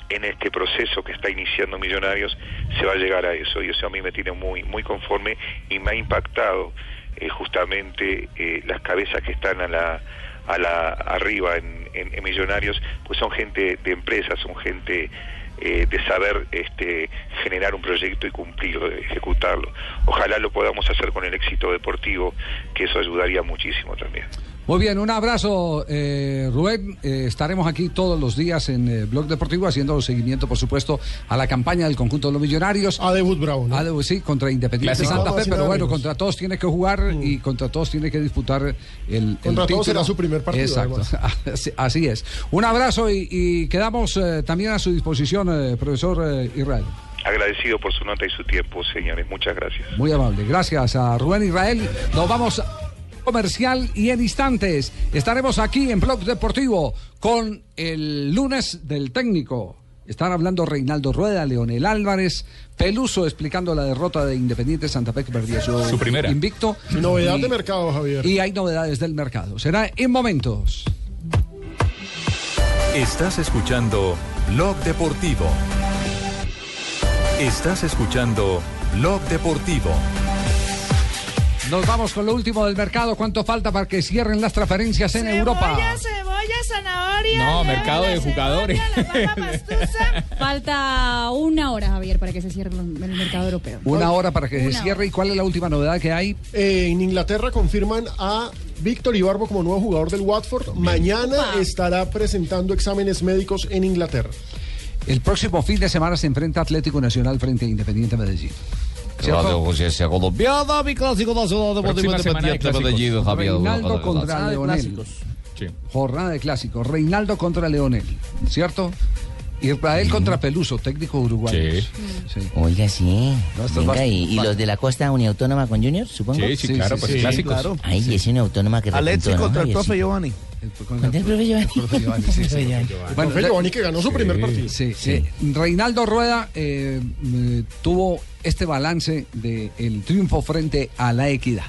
[SPEAKER 30] en este proceso que está iniciando Millonarios se va a llegar a eso y eso a mí me tiene muy muy conforme y me ha impactado eh, justamente eh, las cabezas que están a la a la arriba en, en- en Millonarios pues son gente de empresas son gente eh, de saber este, generar un proyecto y cumplirlo, de ejecutarlo. Ojalá lo podamos hacer con el éxito deportivo, que eso ayudaría muchísimo también.
[SPEAKER 10] Muy bien, un abrazo, eh, Rubén. Eh, estaremos aquí todos los días en eh, Blog Deportivo haciendo seguimiento, por supuesto, a la campaña del conjunto de los millonarios. A debut Bravo, ¿no? sí, contra Independiente
[SPEAKER 12] Clasificado
[SPEAKER 10] Santa Fe,
[SPEAKER 12] sin
[SPEAKER 10] pero bueno,
[SPEAKER 12] ánimos.
[SPEAKER 10] contra todos tiene que jugar y contra todos tiene que disputar el- el
[SPEAKER 12] Mm. Contra todos será
[SPEAKER 10] título.
[SPEAKER 12] su primer partido,
[SPEAKER 10] Exacto, (laughs) así, así es. Un abrazo y, y quedamos eh, también a su disposición, eh, profesor eh, Israel.
[SPEAKER 30] Agradecido por su nota y su tiempo, señores. Muchas gracias.
[SPEAKER 10] Muy amable. Gracias a Rubén Israel. Nos vamos a comercial y en instantes estaremos aquí en Blog Deportivo con el lunes del técnico. Están hablando Reinaldo Rueda, Leonel Álvarez, Peluso explicando la derrota de Independiente Santa Fe que perdía su,
[SPEAKER 12] Su primera.
[SPEAKER 10] invicto.
[SPEAKER 12] Novedad
[SPEAKER 10] Y-
[SPEAKER 12] de mercado, Javier.
[SPEAKER 10] Y hay novedades del mercado. Será en momentos.
[SPEAKER 3] Estás escuchando Blog Deportivo. Estás escuchando Blog Deportivo.
[SPEAKER 10] Nos vamos con lo último del mercado. ¿Cuánto falta para que cierren las transferencias en Europa?
[SPEAKER 36] Cebolla, cebolla, zanahoria.
[SPEAKER 10] No,
[SPEAKER 36] le-
[SPEAKER 10] mercado de
[SPEAKER 36] la cebolla,
[SPEAKER 10] jugadores.
[SPEAKER 36] la papa pastusa.
[SPEAKER 7] Falta una hora, Javier, para que se cierre el el mercado europeo.
[SPEAKER 10] Una hora para que se cierre. ¿Y cuál es la última novedad que hay?
[SPEAKER 12] Eh, en Inglaterra confirman a Víctor Ibarbo como nuevo jugador del Watford. Mañana estará presentando exámenes médicos en Inglaterra.
[SPEAKER 10] El próximo fin de semana se enfrenta Atlético Nacional frente a Independiente Medellín.
[SPEAKER 4] Radio Conciencia Colombiana, mi clásico nacional deportivo
[SPEAKER 10] Próxima semana de
[SPEAKER 4] independiente de Medellín,
[SPEAKER 10] clásicos.
[SPEAKER 4] Javier.
[SPEAKER 10] Reinaldo
[SPEAKER 4] Jornada de
[SPEAKER 10] contra
[SPEAKER 4] clásicos.
[SPEAKER 10] Leonel. Jornada de clásicos. Reinaldo contra Leonel, ¿cierto? Israel contra Peluso, técnico uruguayo. Sí.
[SPEAKER 15] Oiga, sí.
[SPEAKER 10] esto es
[SPEAKER 15] Venga,
[SPEAKER 10] más-
[SPEAKER 15] y, y los de la Costa Uniautónoma con Junior, supongo.
[SPEAKER 10] Sí, sí, Sí, claro, sí, pues, sí. clásicos. Claro.
[SPEAKER 15] Ay, y es Uniautónoma que
[SPEAKER 10] Alexis
[SPEAKER 15] repuntó, ¿no,
[SPEAKER 10] contra el
[SPEAKER 15] Javiercito?
[SPEAKER 10] profe
[SPEAKER 15] Giovanni.
[SPEAKER 10] Contra el profe Giovanni. (laughs)
[SPEAKER 12] Bueno,
[SPEAKER 10] Re-
[SPEAKER 12] Giovanni que ganó su primer partido.
[SPEAKER 10] Sí, eh, Reinaldo Rueda eh, mm, tuvo este balance del triunfo frente a la equidad.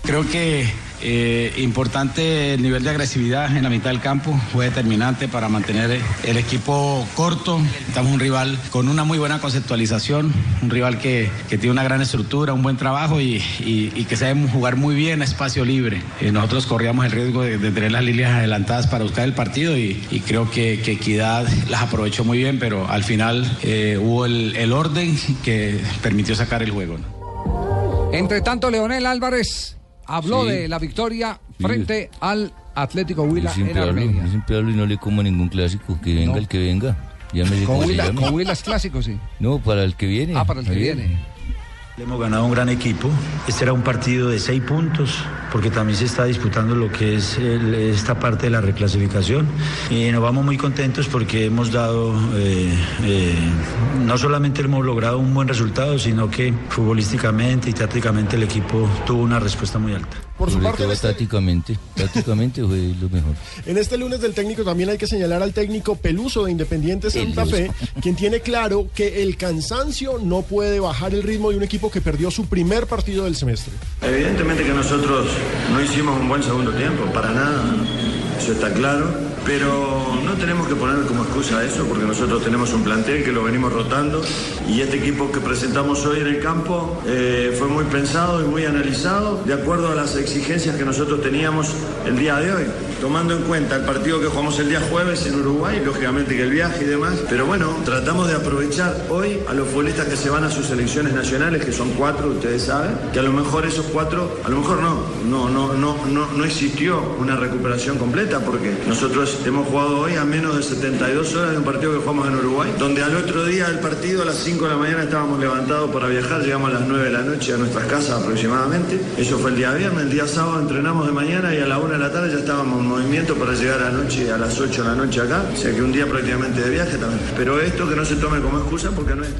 [SPEAKER 21] Creo que eh, importante el nivel de agresividad en la mitad del campo fue determinante para mantener el equipo corto. Estamos un rival con una muy buena conceptualización, un rival que, que tiene una gran estructura, un buen trabajo y, y- y que sabe jugar muy bien a espacio libre. Eh, nosotros corríamos el riesgo de, de tener las líneas adelantadas para buscar el partido y, y creo que, que Equidad las aprovechó muy bien, pero al final eh, hubo el, el orden que permitió sacar el juego. ¿no?
[SPEAKER 10] Entre tanto, Leonel Álvarez habló
[SPEAKER 15] Sí.
[SPEAKER 10] de la victoria frente al Atlético Huila
[SPEAKER 15] Es
[SPEAKER 10] en Armenia.
[SPEAKER 15] impeable, es impeable y no le como ningún clásico. Que venga el que venga. Ya me sé
[SPEAKER 10] Con
[SPEAKER 15] cómo se
[SPEAKER 10] Huila,
[SPEAKER 15] llama.
[SPEAKER 10] con Huila es clásico, sí.
[SPEAKER 15] No, para el que viene. Ah,
[SPEAKER 10] para el que viene.
[SPEAKER 37] Le hemos ganado un gran equipo. Este era un partido de seis puntos, porque también se está disputando lo que es el- esta parte de la reclasificación. Y nos vamos muy contentos porque hemos dado, eh, eh, no solamente hemos logrado un buen resultado, sino que futbolísticamente y tácticamente el equipo tuvo una respuesta muy alta.
[SPEAKER 21] Por
[SPEAKER 15] Sobre todo
[SPEAKER 10] este-
[SPEAKER 15] tácticamente. Tácticamente fue lo mejor.
[SPEAKER 12] En este lunes del técnico también hay que señalar al técnico Peluso de Independiente Santa Fe, quien tiene claro que el cansancio no puede bajar el ritmo de un equipo equipo que perdió su primer partido del semestre.
[SPEAKER 23] Evidentemente que nosotros no hicimos un buen segundo tiempo, para nada, eso está claro, pero no tenemos que poner como excusa eso porque nosotros tenemos un plantel que lo venimos rotando y este equipo que presentamos hoy en el campo eh, fue muy pensado y muy analizado de acuerdo a las exigencias que nosotros teníamos el día de hoy, tomando en cuenta el partido que jugamos el día jueves en Uruguay, lógicamente que el viaje y demás, pero bueno, tratamos de aprovechar hoy a los futbolistas que se van a sus selecciones nacionales, que son cuatro, ustedes saben, que a lo mejor esos cuatro, a lo mejor no, no, no, no, no, no existió una recuperación completa porque nosotros hemos jugado hoy a menos de 72 horas de un partido que jugamos en Uruguay, donde al otro día del partido a las 5 de la mañana estábamos levantados para viajar, llegamos a las 9 de la noche a nuestras casas aproximadamente, eso fue el día viernes, el día sábado entrenamos de mañana y a la 1 de la tarde ya estábamos en movimiento para llegar a la noche, a las 8 de la noche acá, o sea que un día prácticamente de viaje también, pero esto que no se tome como excusa porque no es...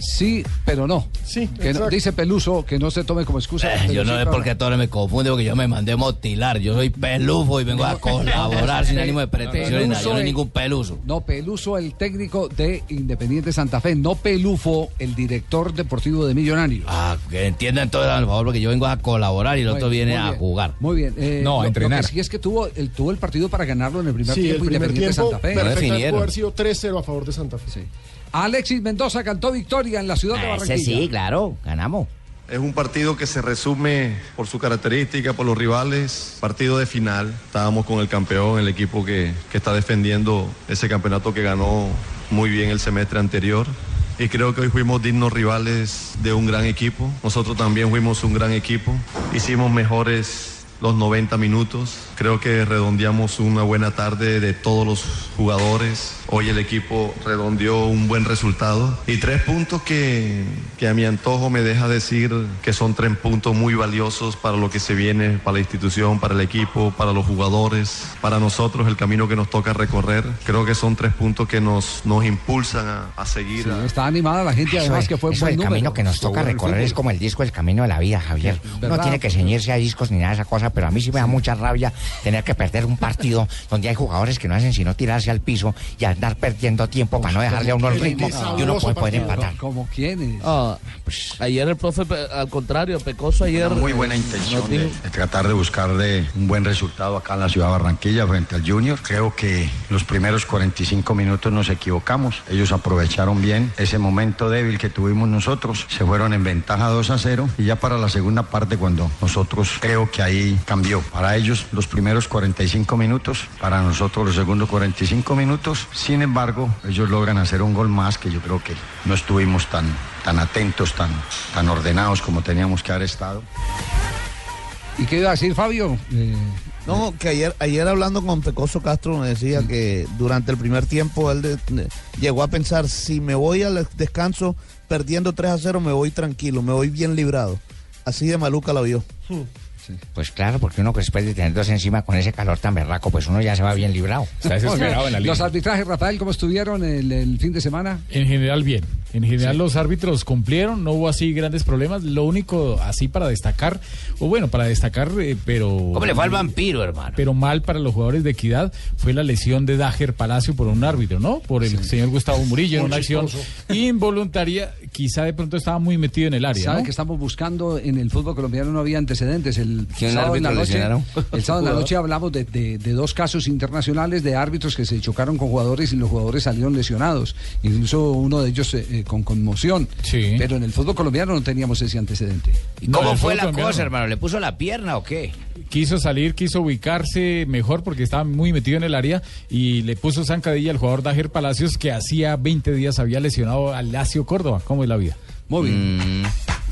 [SPEAKER 10] Sí, pero no. Sí, que no- dice Peluso que no se tome como excusa.
[SPEAKER 4] Eh, yo
[SPEAKER 10] Peluso,
[SPEAKER 4] no sé
[SPEAKER 10] claro.
[SPEAKER 4] por qué todos me confunden, porque yo me mandé motilar. Yo soy pelufo y vengo a
[SPEAKER 10] (laughs)
[SPEAKER 4] colaborar sin ánimo de pretensiones. nada, Yo no soy
[SPEAKER 10] el-
[SPEAKER 4] ningún peluso.
[SPEAKER 10] No, Peluso, el técnico de Independiente Santa Fe. No Pelufo, el director deportivo de Millonarios.
[SPEAKER 4] Ah, que entiendan todo, por favor, porque yo vengo a colaborar y el
[SPEAKER 10] Muy-
[SPEAKER 4] otro viene
[SPEAKER 10] muy
[SPEAKER 4] a
[SPEAKER 10] bien.
[SPEAKER 4] jugar.
[SPEAKER 10] Muy bien. eh,
[SPEAKER 4] No, a
[SPEAKER 10] lo- Lo
[SPEAKER 4] entrenar.
[SPEAKER 10] que sí es que tuvo el, tuvo el partido para ganarlo en el primer
[SPEAKER 12] Sí, el
[SPEAKER 10] tiempo
[SPEAKER 12] primer
[SPEAKER 10] Independiente
[SPEAKER 12] tiempo
[SPEAKER 10] Santa Fe.
[SPEAKER 12] perfecto pudo haber sido 3-0 a favor de Santa Fe.
[SPEAKER 10] Alexis Mendoza cantó victoria en la ciudad de Barranquilla.
[SPEAKER 4] Ah, claro, ganamos.
[SPEAKER 38] Es un partido que se resume por su característica, por los rivales, partido de final. Estábamos con el campeón, el equipo que, que está defendiendo ese campeonato que ganó muy bien el semestre anterior. Y creo que hoy fuimos dignos rivales de un gran equipo. Nosotros también fuimos un gran equipo. Hicimos mejores los 90 minutos. Creo que redondeamos una buena tarde de todos los jugadores. Hoy el equipo redondeó un buen resultado. Y tres puntos que, que a mi antojo me deja decir que son tres puntos muy valiosos para lo que se viene, para la institución, para el equipo, para los jugadores, para nosotros el camino que nos toca recorrer. Creo que son tres puntos que nos, nos impulsan a, a seguir. a-
[SPEAKER 10] Está animada la gente,
[SPEAKER 20] Eso
[SPEAKER 10] además
[SPEAKER 20] es-
[SPEAKER 10] que fue
[SPEAKER 20] eso
[SPEAKER 10] buen
[SPEAKER 20] el
[SPEAKER 10] número.
[SPEAKER 20] camino que nos
[SPEAKER 10] Estuvo
[SPEAKER 20] toca
[SPEAKER 10] en el
[SPEAKER 20] recorrer
[SPEAKER 10] fútbol.
[SPEAKER 20] es como el disco el camino de la vida Javier no
[SPEAKER 10] verdad.
[SPEAKER 20] tiene que ceñirse a discos ni nada de esa cosa pero a mí sí me da mucha rabia tener que perder un partido donde hay jugadores que no hacen sino tirarse al piso y andar perdiendo tiempo para no dejarle a uno el ritmo y uno puede poder empatar Pues,
[SPEAKER 10] ¿Como quiénes?
[SPEAKER 39] Ah, ayer el profe, pe- al contrario, Pecoso ayer.
[SPEAKER 20] Una muy buena
[SPEAKER 39] eh,
[SPEAKER 20] intención
[SPEAKER 39] nos
[SPEAKER 20] de,
[SPEAKER 39] dijo-
[SPEAKER 20] de tratar de buscar de un buen resultado acá en la ciudad de Barranquilla frente al Junior. Creo que los primeros 45 minutos nos equivocamos. Ellos aprovecharon bien ese momento débil que tuvimos nosotros. Se fueron en ventaja 2 a 0 y ya para la segunda parte cuando nosotros creo que ahí cambió. Para ellos los primeros 45 minutos, para nosotros los segundos 45 minutos. Sin embargo, ellos logran hacer un gol más que yo creo que no estuvimos tan, tan atentos, tan, tan ordenados como teníamos que haber estado.
[SPEAKER 10] ¿Y qué iba a decir Fabio? Eh,
[SPEAKER 39] No, que ayer, ayer hablando con Pecoso Castro me decía que eh, durante el primer tiempo él de- de- llegó a pensar, si me voy al descanso perdiendo 3 a 0, me voy tranquilo, me voy bien librado. Así de maluca la vio.
[SPEAKER 20] pues claro porque uno que después de tener dos encima con ese calor tan berraco pues uno ya se va bien librado (laughs)
[SPEAKER 10] Los arbitrajes, Rafael, ¿cómo estuvieron el, el fin de semana?
[SPEAKER 13] En general bien. En general los árbitros cumplieron, no hubo así grandes problemas. Lo único así para destacar, o bueno, para destacar, eh, pero...
[SPEAKER 4] ¿Cómo le fue al vampiro, hermano?
[SPEAKER 13] Pero mal para los jugadores de Equidad fue la lesión de Dager Palacio por un árbitro, ¿no? Por el señor Gustavo Murillo en
[SPEAKER 10] Muy
[SPEAKER 13] una acción
[SPEAKER 10] chistoso.
[SPEAKER 13] involuntaria. Quizá de pronto estaba muy metido en el área,
[SPEAKER 10] ¿Sabe
[SPEAKER 13] ¿no?
[SPEAKER 10] que estamos buscando en el fútbol colombiano? No había antecedentes. El
[SPEAKER 13] ¿Quién
[SPEAKER 10] sábado en
[SPEAKER 13] árbitro
[SPEAKER 10] la noche,
[SPEAKER 13] lesionaron?
[SPEAKER 10] el sábado en
[SPEAKER 4] (laughs)
[SPEAKER 10] la noche hablamos de, de- de dos casos internacionales de árbitros que se chocaron con jugadores y los jugadores salieron lesionados. Incluso uno de ellos eh, eh, con conmoción. Pero en el fútbol colombiano no teníamos ese antecedente.
[SPEAKER 4] ¿Y cómo fue la
[SPEAKER 13] colombiano.
[SPEAKER 4] cosa, hermano? ¿Le puso la pierna o qué?
[SPEAKER 13] Quiso salir, quiso ubicarse mejor porque estaba muy metido en el área y le puso zancadilla al jugador Dager Palacios que hacía 20 días había lesionado a Lacio Córdoba. ¿Cómo es la vida?
[SPEAKER 10] Muy bien.
[SPEAKER 4] Mm.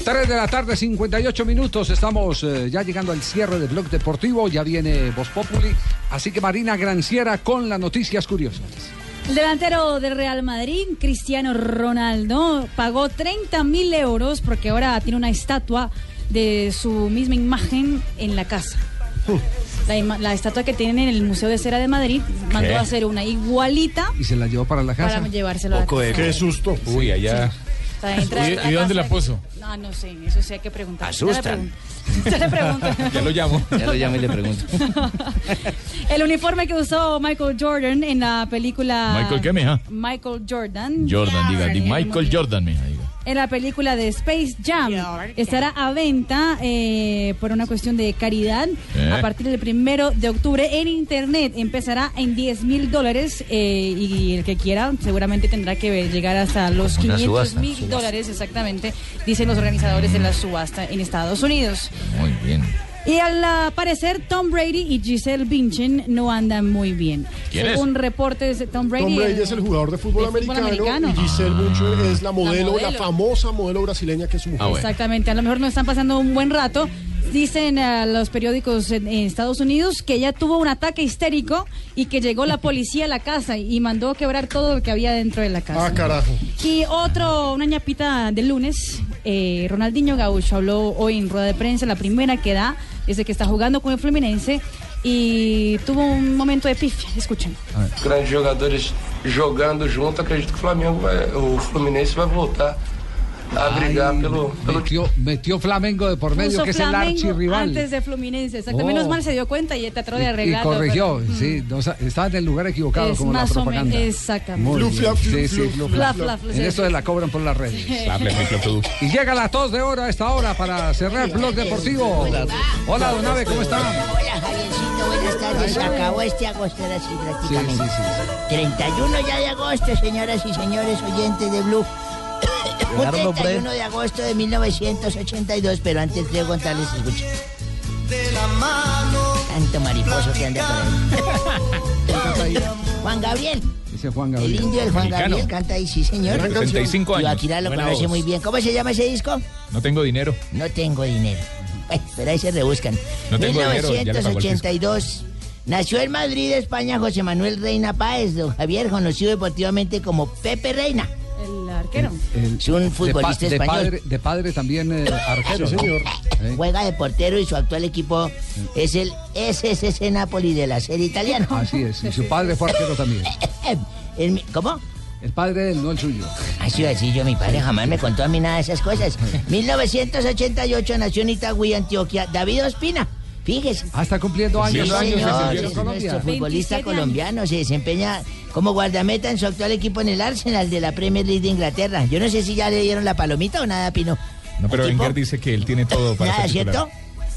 [SPEAKER 10] 3 de la tarde, 58 minutos. Estamos eh, ya llegando al cierre del blog deportivo. Ya viene Voz Populi. Así que Marina Granciera con las noticias curiosas.
[SPEAKER 7] El delantero del Real Madrid, Cristiano Ronaldo, pagó 30 mil euros porque ahora tiene una estatua de su misma imagen en la casa. La, ima- la estatua que tienen en el Museo de Cera de Madrid mandó
[SPEAKER 10] ¿Qué?
[SPEAKER 7] a hacer una igualita
[SPEAKER 10] Y se la llevó para la casa.
[SPEAKER 7] para llevárselo a la casa.
[SPEAKER 12] Qué susto.
[SPEAKER 40] Uy, allá.
[SPEAKER 7] O sea, entra a
[SPEAKER 40] ¿Y dónde
[SPEAKER 7] casa-
[SPEAKER 40] la puso?
[SPEAKER 7] No, no sé, eso sí hay que preguntar.
[SPEAKER 40] Asustan.
[SPEAKER 7] Ya le pregunto. (laughs)
[SPEAKER 40] Ya lo llamo.
[SPEAKER 4] Ya lo llamo y le pregunto.
[SPEAKER 7] El uniforme que usó Michael Jordan en la película
[SPEAKER 41] Michael, ¿qué, mija?
[SPEAKER 7] Michael Jordan.
[SPEAKER 41] Jordan, diga, di Michael Jordan, mija, diga.
[SPEAKER 7] en la película de Space Jam. Estará a venta eh, por una cuestión de caridad
[SPEAKER 33] Eh.
[SPEAKER 7] a partir del primero de octubre en internet. Empezará en 10 mil dólares eh, y el que quiera seguramente tendrá que llegar hasta los
[SPEAKER 4] Como una
[SPEAKER 7] 500
[SPEAKER 4] subasta,
[SPEAKER 7] mil
[SPEAKER 4] subasta.
[SPEAKER 7] dólares exactamente, dicen los organizadores de la subasta en Estados Unidos.
[SPEAKER 4] Muy bien.
[SPEAKER 7] Y al ah, parecer, Tom Brady y Giselle Bündchen no andan muy bien.
[SPEAKER 12] ¿Quién es?
[SPEAKER 7] Según reportes, de Tom Brady,
[SPEAKER 12] Tom Brady
[SPEAKER 7] eh,
[SPEAKER 12] es el jugador de fútbol,
[SPEAKER 7] de fútbol
[SPEAKER 12] americano,
[SPEAKER 7] americano.
[SPEAKER 12] y Giselle Bündchen es la modelo, la
[SPEAKER 7] modelo.
[SPEAKER 12] famosa modelo brasileña que es su
[SPEAKER 7] Ah,
[SPEAKER 12] mujer.
[SPEAKER 7] Exactamente, a lo mejor no están pasando un buen rato. Dicen a los periódicos en, en Estados Unidos que ella tuvo un ataque histérico y que llegó la policía a la casa y mandó a quebrar todo lo que había dentro de la casa.
[SPEAKER 12] Ah, carajo.
[SPEAKER 7] Y otro, una ñapita del lunes, eh, Ronaldinho Gaucho habló hoy en rueda de prensa, la primera que da desde que está jugando con el Fluminense y tuvo un momento de pifia, escuchen.
[SPEAKER 5] grandes jogadores jogando junto, acredito que o Flamengo vai, o Fluminense vai voltar a brigar pelo, pelo
[SPEAKER 10] Metió, metió Flamengo de por medio,
[SPEAKER 7] Puso
[SPEAKER 10] que es el
[SPEAKER 7] Flamengo
[SPEAKER 10] archirrival.
[SPEAKER 7] Antes de Fluminense, exacto.
[SPEAKER 10] Oh.
[SPEAKER 7] Menos mal se dio cuenta y trató de
[SPEAKER 10] Y
[SPEAKER 7] arreglarlo.
[SPEAKER 10] corrigió,
[SPEAKER 7] pero-
[SPEAKER 10] sí, no sa- estaba en el lugar equivocado
[SPEAKER 7] Es
[SPEAKER 10] como la
[SPEAKER 7] más o men-
[SPEAKER 10] propaganda.
[SPEAKER 7] exactamente.
[SPEAKER 10] Muy
[SPEAKER 7] Flu,
[SPEAKER 10] bien.
[SPEAKER 7] flap, flu,
[SPEAKER 10] Sí, sí,
[SPEAKER 7] flu,
[SPEAKER 10] flu,
[SPEAKER 7] flu,
[SPEAKER 10] flap,
[SPEAKER 7] fla,
[SPEAKER 10] flap.
[SPEAKER 7] fla,
[SPEAKER 10] En
[SPEAKER 7] sí,
[SPEAKER 10] esto
[SPEAKER 7] sí.
[SPEAKER 10] de la cobran por las redes. Y llega a las 2 de hora a esta hora para cerrar Blog Deportivo. Hola, Don Abe, ¿cómo está?
[SPEAKER 17] Hola, Javiercito, buenas tardes. Acabó este agosto, ahora sí, prácticamente. 31 ya de agosto, señoras y señores oyentes de Blue. Un
[SPEAKER 24] Gerardo, hombre.
[SPEAKER 17] 31 de agosto de 1982, pero antes quiero contarles, escucha. Tanto mariposo que anda por ahí. Juan Gabriel,
[SPEAKER 10] Dice Juan
[SPEAKER 17] el
[SPEAKER 10] Gabriel.
[SPEAKER 17] indio del Juan
[SPEAKER 11] Mexicano.
[SPEAKER 17] Gabriel canta ahí, sí, señor.
[SPEAKER 11] Gran canción. 75 años.
[SPEAKER 17] Ibaquira lo
[SPEAKER 11] Buena
[SPEAKER 17] conoce
[SPEAKER 11] voz.
[SPEAKER 17] muy bien. ¿Cómo se llama ese disco?
[SPEAKER 11] No tengo dinero.
[SPEAKER 17] No tengo dinero. Bueno, pero ahí se rebuscan.
[SPEAKER 11] No tengo dinero, ya le pagó el
[SPEAKER 17] 1982. Nació en Madrid, España, José Manuel Reina Páez, don Javier, conocido deportivamente como Pepe Reina.
[SPEAKER 7] El arquero.
[SPEAKER 10] El-
[SPEAKER 17] es un futbolista
[SPEAKER 10] de, pa- de
[SPEAKER 17] español.
[SPEAKER 10] padre, de padre también eh, arquero.
[SPEAKER 17] (laughs) Sí,
[SPEAKER 10] ¿no?
[SPEAKER 17] señor.
[SPEAKER 10] ¿Eh?
[SPEAKER 17] Juega de portero y su actual equipo es el SSC Napoli de la serie italiana.
[SPEAKER 10] Así es, y su padre fue arquero también.
[SPEAKER 17] (laughs) El mi- ¿Cómo?
[SPEAKER 10] El padre del no el suyo.
[SPEAKER 17] Así así yo, mi padre jamás me contó a mí nada de esas
[SPEAKER 10] (laughs)
[SPEAKER 17] cosas. 1988 nació en Itagüí, Antioquia, David Ospina. Fíjese.
[SPEAKER 10] Ah, está cumpliendo
[SPEAKER 17] Sí,
[SPEAKER 10] años, años
[SPEAKER 17] señor,
[SPEAKER 10] el
[SPEAKER 17] es
[SPEAKER 10] arquero Colombia.
[SPEAKER 17] nuestro futbolista
[SPEAKER 10] 27 años.
[SPEAKER 17] colombiano se desempeña como guardameta en su actual equipo en el Arsenal de la Premier League de Inglaterra. Yo no sé si ya le dieron la palomita o nada, Pino.
[SPEAKER 11] No, pero
[SPEAKER 17] Al tipo,
[SPEAKER 11] Wenger dice que él tiene todo para
[SPEAKER 17] Nada,
[SPEAKER 11] ser titular.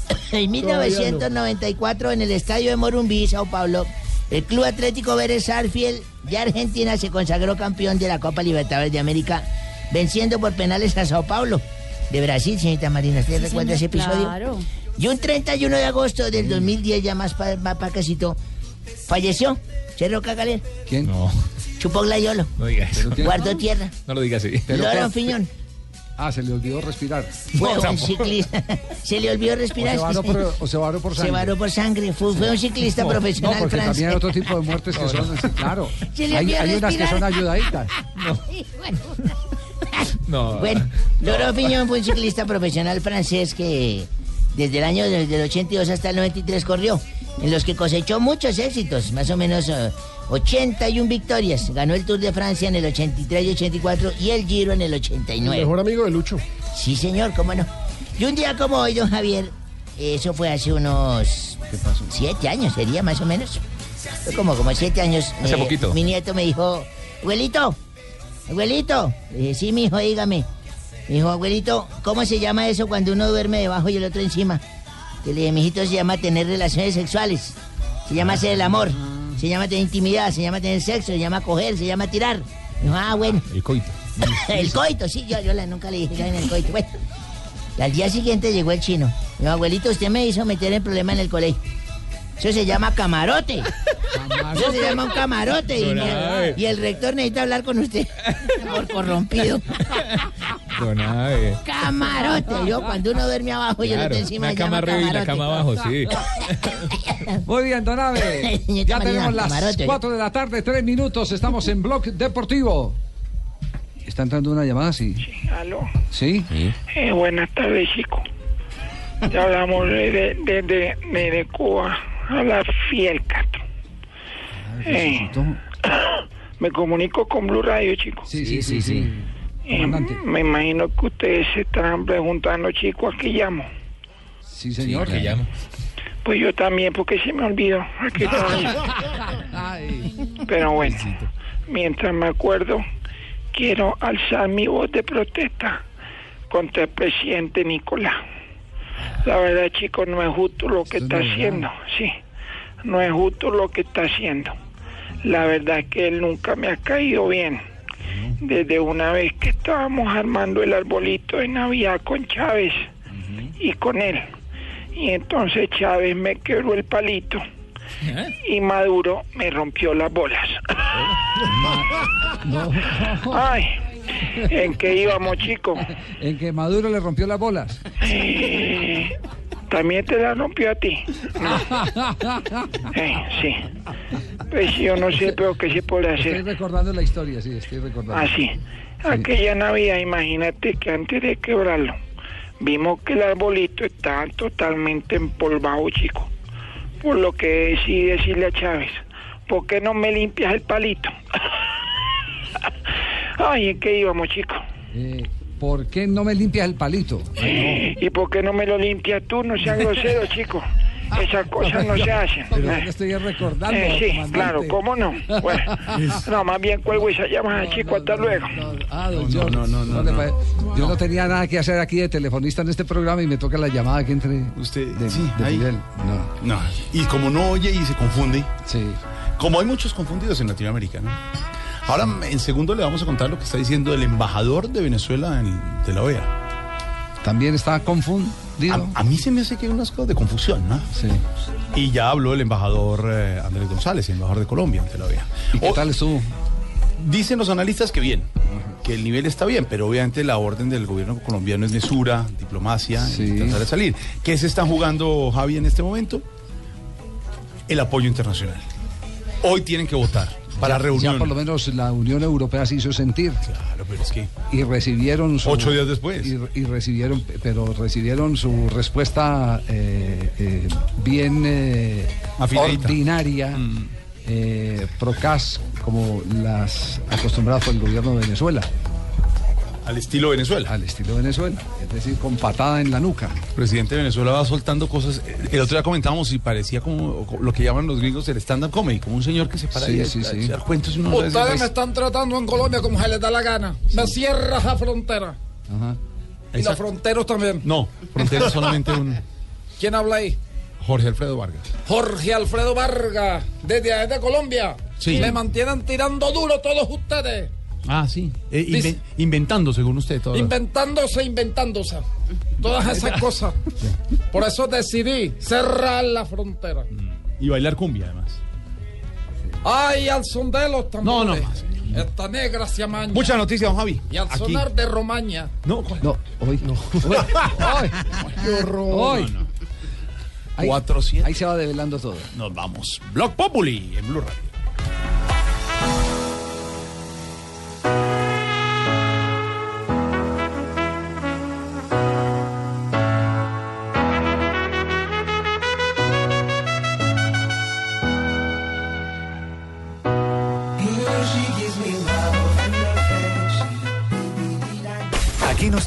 [SPEAKER 17] ¿cierto? (laughs) En 1994, en el estadio de Morumbí, Sao Paulo, el Club Atlético Vélez Arfiel de Argentina se consagró campeón de la Copa Libertadores de América, venciendo por penales a Sao Paulo de Brasil, señorita Marina. ¿Usted recuerda ese episodio?
[SPEAKER 7] Claro.
[SPEAKER 17] Y un 31 de agosto del 2010, ya más para casito, falleció Cerro Cagalera,
[SPEAKER 10] ¿Quién?
[SPEAKER 11] No,
[SPEAKER 17] chupó glayolo,
[SPEAKER 11] no diga eso.
[SPEAKER 17] guardó tierra,
[SPEAKER 11] No lo diga así.
[SPEAKER 17] loro
[SPEAKER 10] (laughs)
[SPEAKER 17] piñón,
[SPEAKER 10] Ah, se le olvidó respirar.
[SPEAKER 17] fue un ciclista, (laughs) se le olvidó respirar.
[SPEAKER 10] O se varó por, o se varó por
[SPEAKER 17] Se
[SPEAKER 10] sangre.
[SPEAKER 17] varó por sangre, fue, fue un ciclista
[SPEAKER 10] No,
[SPEAKER 17] profesional
[SPEAKER 10] No, porque
[SPEAKER 17] francés.
[SPEAKER 10] también hay otro
[SPEAKER 17] (laughs)
[SPEAKER 10] tipo de muertes que son, sí, claro.
[SPEAKER 17] Se le
[SPEAKER 10] Hay,
[SPEAKER 17] olvidó
[SPEAKER 10] hay unas que
[SPEAKER 17] respirar.
[SPEAKER 10] son ayudaditas.
[SPEAKER 11] No.
[SPEAKER 17] (laughs) Bueno, Loro Piñón fue un ciclista profesional francés que desde el año desde el 82 hasta el 93 corrió, en los que cosechó muchos éxitos, más o menos eh, 81 victorias. Ganó el Tour de Francia en el 83 y 84 y el Giro en el 89.
[SPEAKER 12] Mejor amigo de Lucho.
[SPEAKER 17] Sí, señor, cómo no. Y un día como hoy, don Javier, eh, eso fue hace unos siete años, sería más o menos. Fue como, como siete años. eh,
[SPEAKER 11] Hace poquito.
[SPEAKER 17] Mi nieto me dijo, abuelito, abuelito. Le dije, sí, mi hijo, dígame. Me dijo, abuelito, ¿cómo se llama eso cuando uno duerme debajo y el otro encima? Que le dije, mijito, se llama tener relaciones sexuales. Se llama hacer el amor. Se llama tener intimidad, se llama tener sexo, se llama coger, se llama tirar. Me dijo, ah, bueno.
[SPEAKER 11] El coito.
[SPEAKER 17] (laughs) El coito, sí, yo, yo la- nunca le dije que era en el coito. Bueno, y al día siguiente llegó el chino. Me dijo, abuelito, usted me hizo meter el problema en el colegio. Eso se llama camarote. Eso se llama un camarote. Y,
[SPEAKER 11] Ay.
[SPEAKER 17] y el rector necesita hablar con usted por
[SPEAKER 11] (laughs)
[SPEAKER 17] corrompido.
[SPEAKER 11] Don Abe.
[SPEAKER 17] Camarote. Yo, cuando uno duerme abajo, yo lo
[SPEAKER 11] Claro,
[SPEAKER 17] tengo encima.
[SPEAKER 11] una
[SPEAKER 17] se llama
[SPEAKER 11] cama arriba y la
[SPEAKER 17] camarote.
[SPEAKER 11] cama abajo, sí.
[SPEAKER 10] Muy bien, don
[SPEAKER 17] (laughs)
[SPEAKER 10] Abe.
[SPEAKER 17] Señorita
[SPEAKER 10] Ya
[SPEAKER 17] Marina,
[SPEAKER 10] tenemos las
[SPEAKER 17] Este camarote.
[SPEAKER 10] 4 de la tarde, 3 minutos. Estamos en Blog Deportivo. ¿Está entrando una llamada? Sí.
[SPEAKER 25] Aló.
[SPEAKER 10] ¿Sí?
[SPEAKER 25] Eh, buenas tardes, chico. Ya hablamos de, de, de, de- de- de Cuba a la fiel, Castro.
[SPEAKER 10] Ah,
[SPEAKER 25] Eh, (coughs) me comunico con Blue Radio, chico.
[SPEAKER 10] Sí, sí, sí.
[SPEAKER 25] Eh, me imagino que ustedes se estarán preguntando, chico, ¿a qué llamo?
[SPEAKER 10] Sí, señor.
[SPEAKER 25] que llamo. Pues yo también, porque se me olvidó. ¿A
[SPEAKER 10] (laughs)
[SPEAKER 25] qué llamo? Pero bueno, mientras me acuerdo, quiero alzar mi voz de protesta contra el presidente Nicolás. La verdad, chicos, no es justo lo que está haciendo. Sí, no es justo lo que está haciendo. La verdad es que él nunca me ha caído bien. Desde una vez que estábamos armando el arbolito de Navidad con Chávez y con él. Y entonces Chávez me quebró el palito
[SPEAKER 11] ¿Eh?
[SPEAKER 25] y Maduro me rompió las bolas. Ay, ¿en qué íbamos, chicos?
[SPEAKER 10] (laughs) En que Maduro le rompió las bolas.
[SPEAKER 25] Eh, También te la rompió a
[SPEAKER 10] (laughs)
[SPEAKER 25] ti. No. Eh, sí. Pues yo no sé, pero qué se puede
[SPEAKER 10] Estoy
[SPEAKER 25] hacer.
[SPEAKER 10] recordando la historia, sí, estoy recordando.
[SPEAKER 25] Así. Aquella Navidad, imagínate que antes de quebrarlo, vimos que el arbolito estaba totalmente empolvado, chico. Por lo que decidí decirle a Chávez, ¿por qué no me limpias el palito? (laughs) Ay, ¿en qué íbamos, chico?
[SPEAKER 10] Eh, ¿Por qué no me limpias el palito?
[SPEAKER 25] ¿Y por qué no me lo limpias tú? No seas
[SPEAKER 10] (laughs)
[SPEAKER 25] grosero, chico. Esas cosas no se hacen.
[SPEAKER 10] Pero
[SPEAKER 25] Eh.
[SPEAKER 10] yo estoy recordando.
[SPEAKER 25] Eh, sí,
[SPEAKER 10] comandante.
[SPEAKER 25] claro, ¿cómo no?
[SPEAKER 10] (laughs)
[SPEAKER 25] Bueno, no, más bien cuelgo y se llama al chico, hasta luego.
[SPEAKER 10] Ah, don George, no le pare- Yo no tenía nada que hacer aquí de telefonista en este programa y me toca la llamada que entre. Usted, sí,
[SPEAKER 39] No. Y como no oye y se confunde. Como hay muchos confundidos en Latinoamérica, ¿no? Ahora, en segundo, le vamos a contar lo que está diciendo el embajador de Venezuela en- de la OEA.
[SPEAKER 10] También está confundido.
[SPEAKER 39] A, a mí se me hace que hay unas cosas de confusión, ¿no?
[SPEAKER 10] Sí.
[SPEAKER 39] Y ya habló el embajador eh, Andrés González, el embajador de Colombia ante la OEA.
[SPEAKER 10] ¿Y qué tal estuvo?
[SPEAKER 39] Dicen los analistas que bien, que el nivel está bien, pero obviamente la orden del gobierno colombiano es mesura, diplomacia, y tratar de salir. ¿Qué se están jugando, Javi, en este momento? El apoyo internacional. Hoy tienen que votar para
[SPEAKER 10] Ya-
[SPEAKER 39] reunión.
[SPEAKER 10] Ya por lo menos la Unión Europea se hizo sentir.
[SPEAKER 39] Claro, pero es que
[SPEAKER 10] Y recibieron su-
[SPEAKER 39] Ocho días después.
[SPEAKER 10] Y, y recibieron, pero recibieron su respuesta eh, eh, bien eh,
[SPEAKER 39] Afinadita.
[SPEAKER 10] ordinaria, eh, procas, como las acostumbradas por el gobierno de Venezuela.
[SPEAKER 39] al estilo Venezuela.
[SPEAKER 10] Al estilo Venezuela, es decir, con patada en la nuca.
[SPEAKER 39] El presidente de Venezuela va soltando cosas. El otro día comentábamos y parecía como lo que llaman los gringos el stand-up comedy, como un señor que se para
[SPEAKER 10] Sí,
[SPEAKER 39] y a-
[SPEAKER 10] sí,
[SPEAKER 39] a
[SPEAKER 10] sí.
[SPEAKER 39] echar cuentos y uno lo pues. ve
[SPEAKER 34] Ustedes
[SPEAKER 39] así,
[SPEAKER 34] me están tratando en Colombia como se les da la gana. Me cierras la frontera.
[SPEAKER 10] Ajá.
[SPEAKER 34] Y
[SPEAKER 39] Esa-
[SPEAKER 34] los fronteros también.
[SPEAKER 39] No, frontera solamente
[SPEAKER 34] (laughs)
[SPEAKER 39] un
[SPEAKER 34] ¿Quién habla ahí?
[SPEAKER 39] Jorge Alfredo Vargas.
[SPEAKER 34] Jorge Alfredo Vargas, desde allá de Colombia.
[SPEAKER 39] Sí.
[SPEAKER 34] Me mantienen tirando duro todos ustedes.
[SPEAKER 39] Ah, sí. Eh, inven-
[SPEAKER 34] Dice-
[SPEAKER 39] inventando, según usted, todo.
[SPEAKER 34] Inventándose, inventándose. Todas esas cosas. Por eso decidí cerrar la frontera.
[SPEAKER 39] Y bailar cumbia, además.
[SPEAKER 34] Ay, al son de los tambores.
[SPEAKER 39] No, no más.
[SPEAKER 34] Esta negra se amaña.
[SPEAKER 39] Muchas noticias, don Javi.
[SPEAKER 34] Y al
[SPEAKER 39] Aquí.
[SPEAKER 34] sonar de
[SPEAKER 39] (laughs)
[SPEAKER 34] Romaña.
[SPEAKER 39] No,
[SPEAKER 10] no, hoy no.
[SPEAKER 34] (laughs)
[SPEAKER 10] Hoy. hoy.
[SPEAKER 34] ¡Qué
[SPEAKER 10] Hoy.
[SPEAKER 39] No, no.
[SPEAKER 10] Ahí,
[SPEAKER 39] 400.
[SPEAKER 10] ahí se va develando todo.
[SPEAKER 39] Nos vamos. Blog Populi en Blue Radio.
[SPEAKER 3] Aquí nos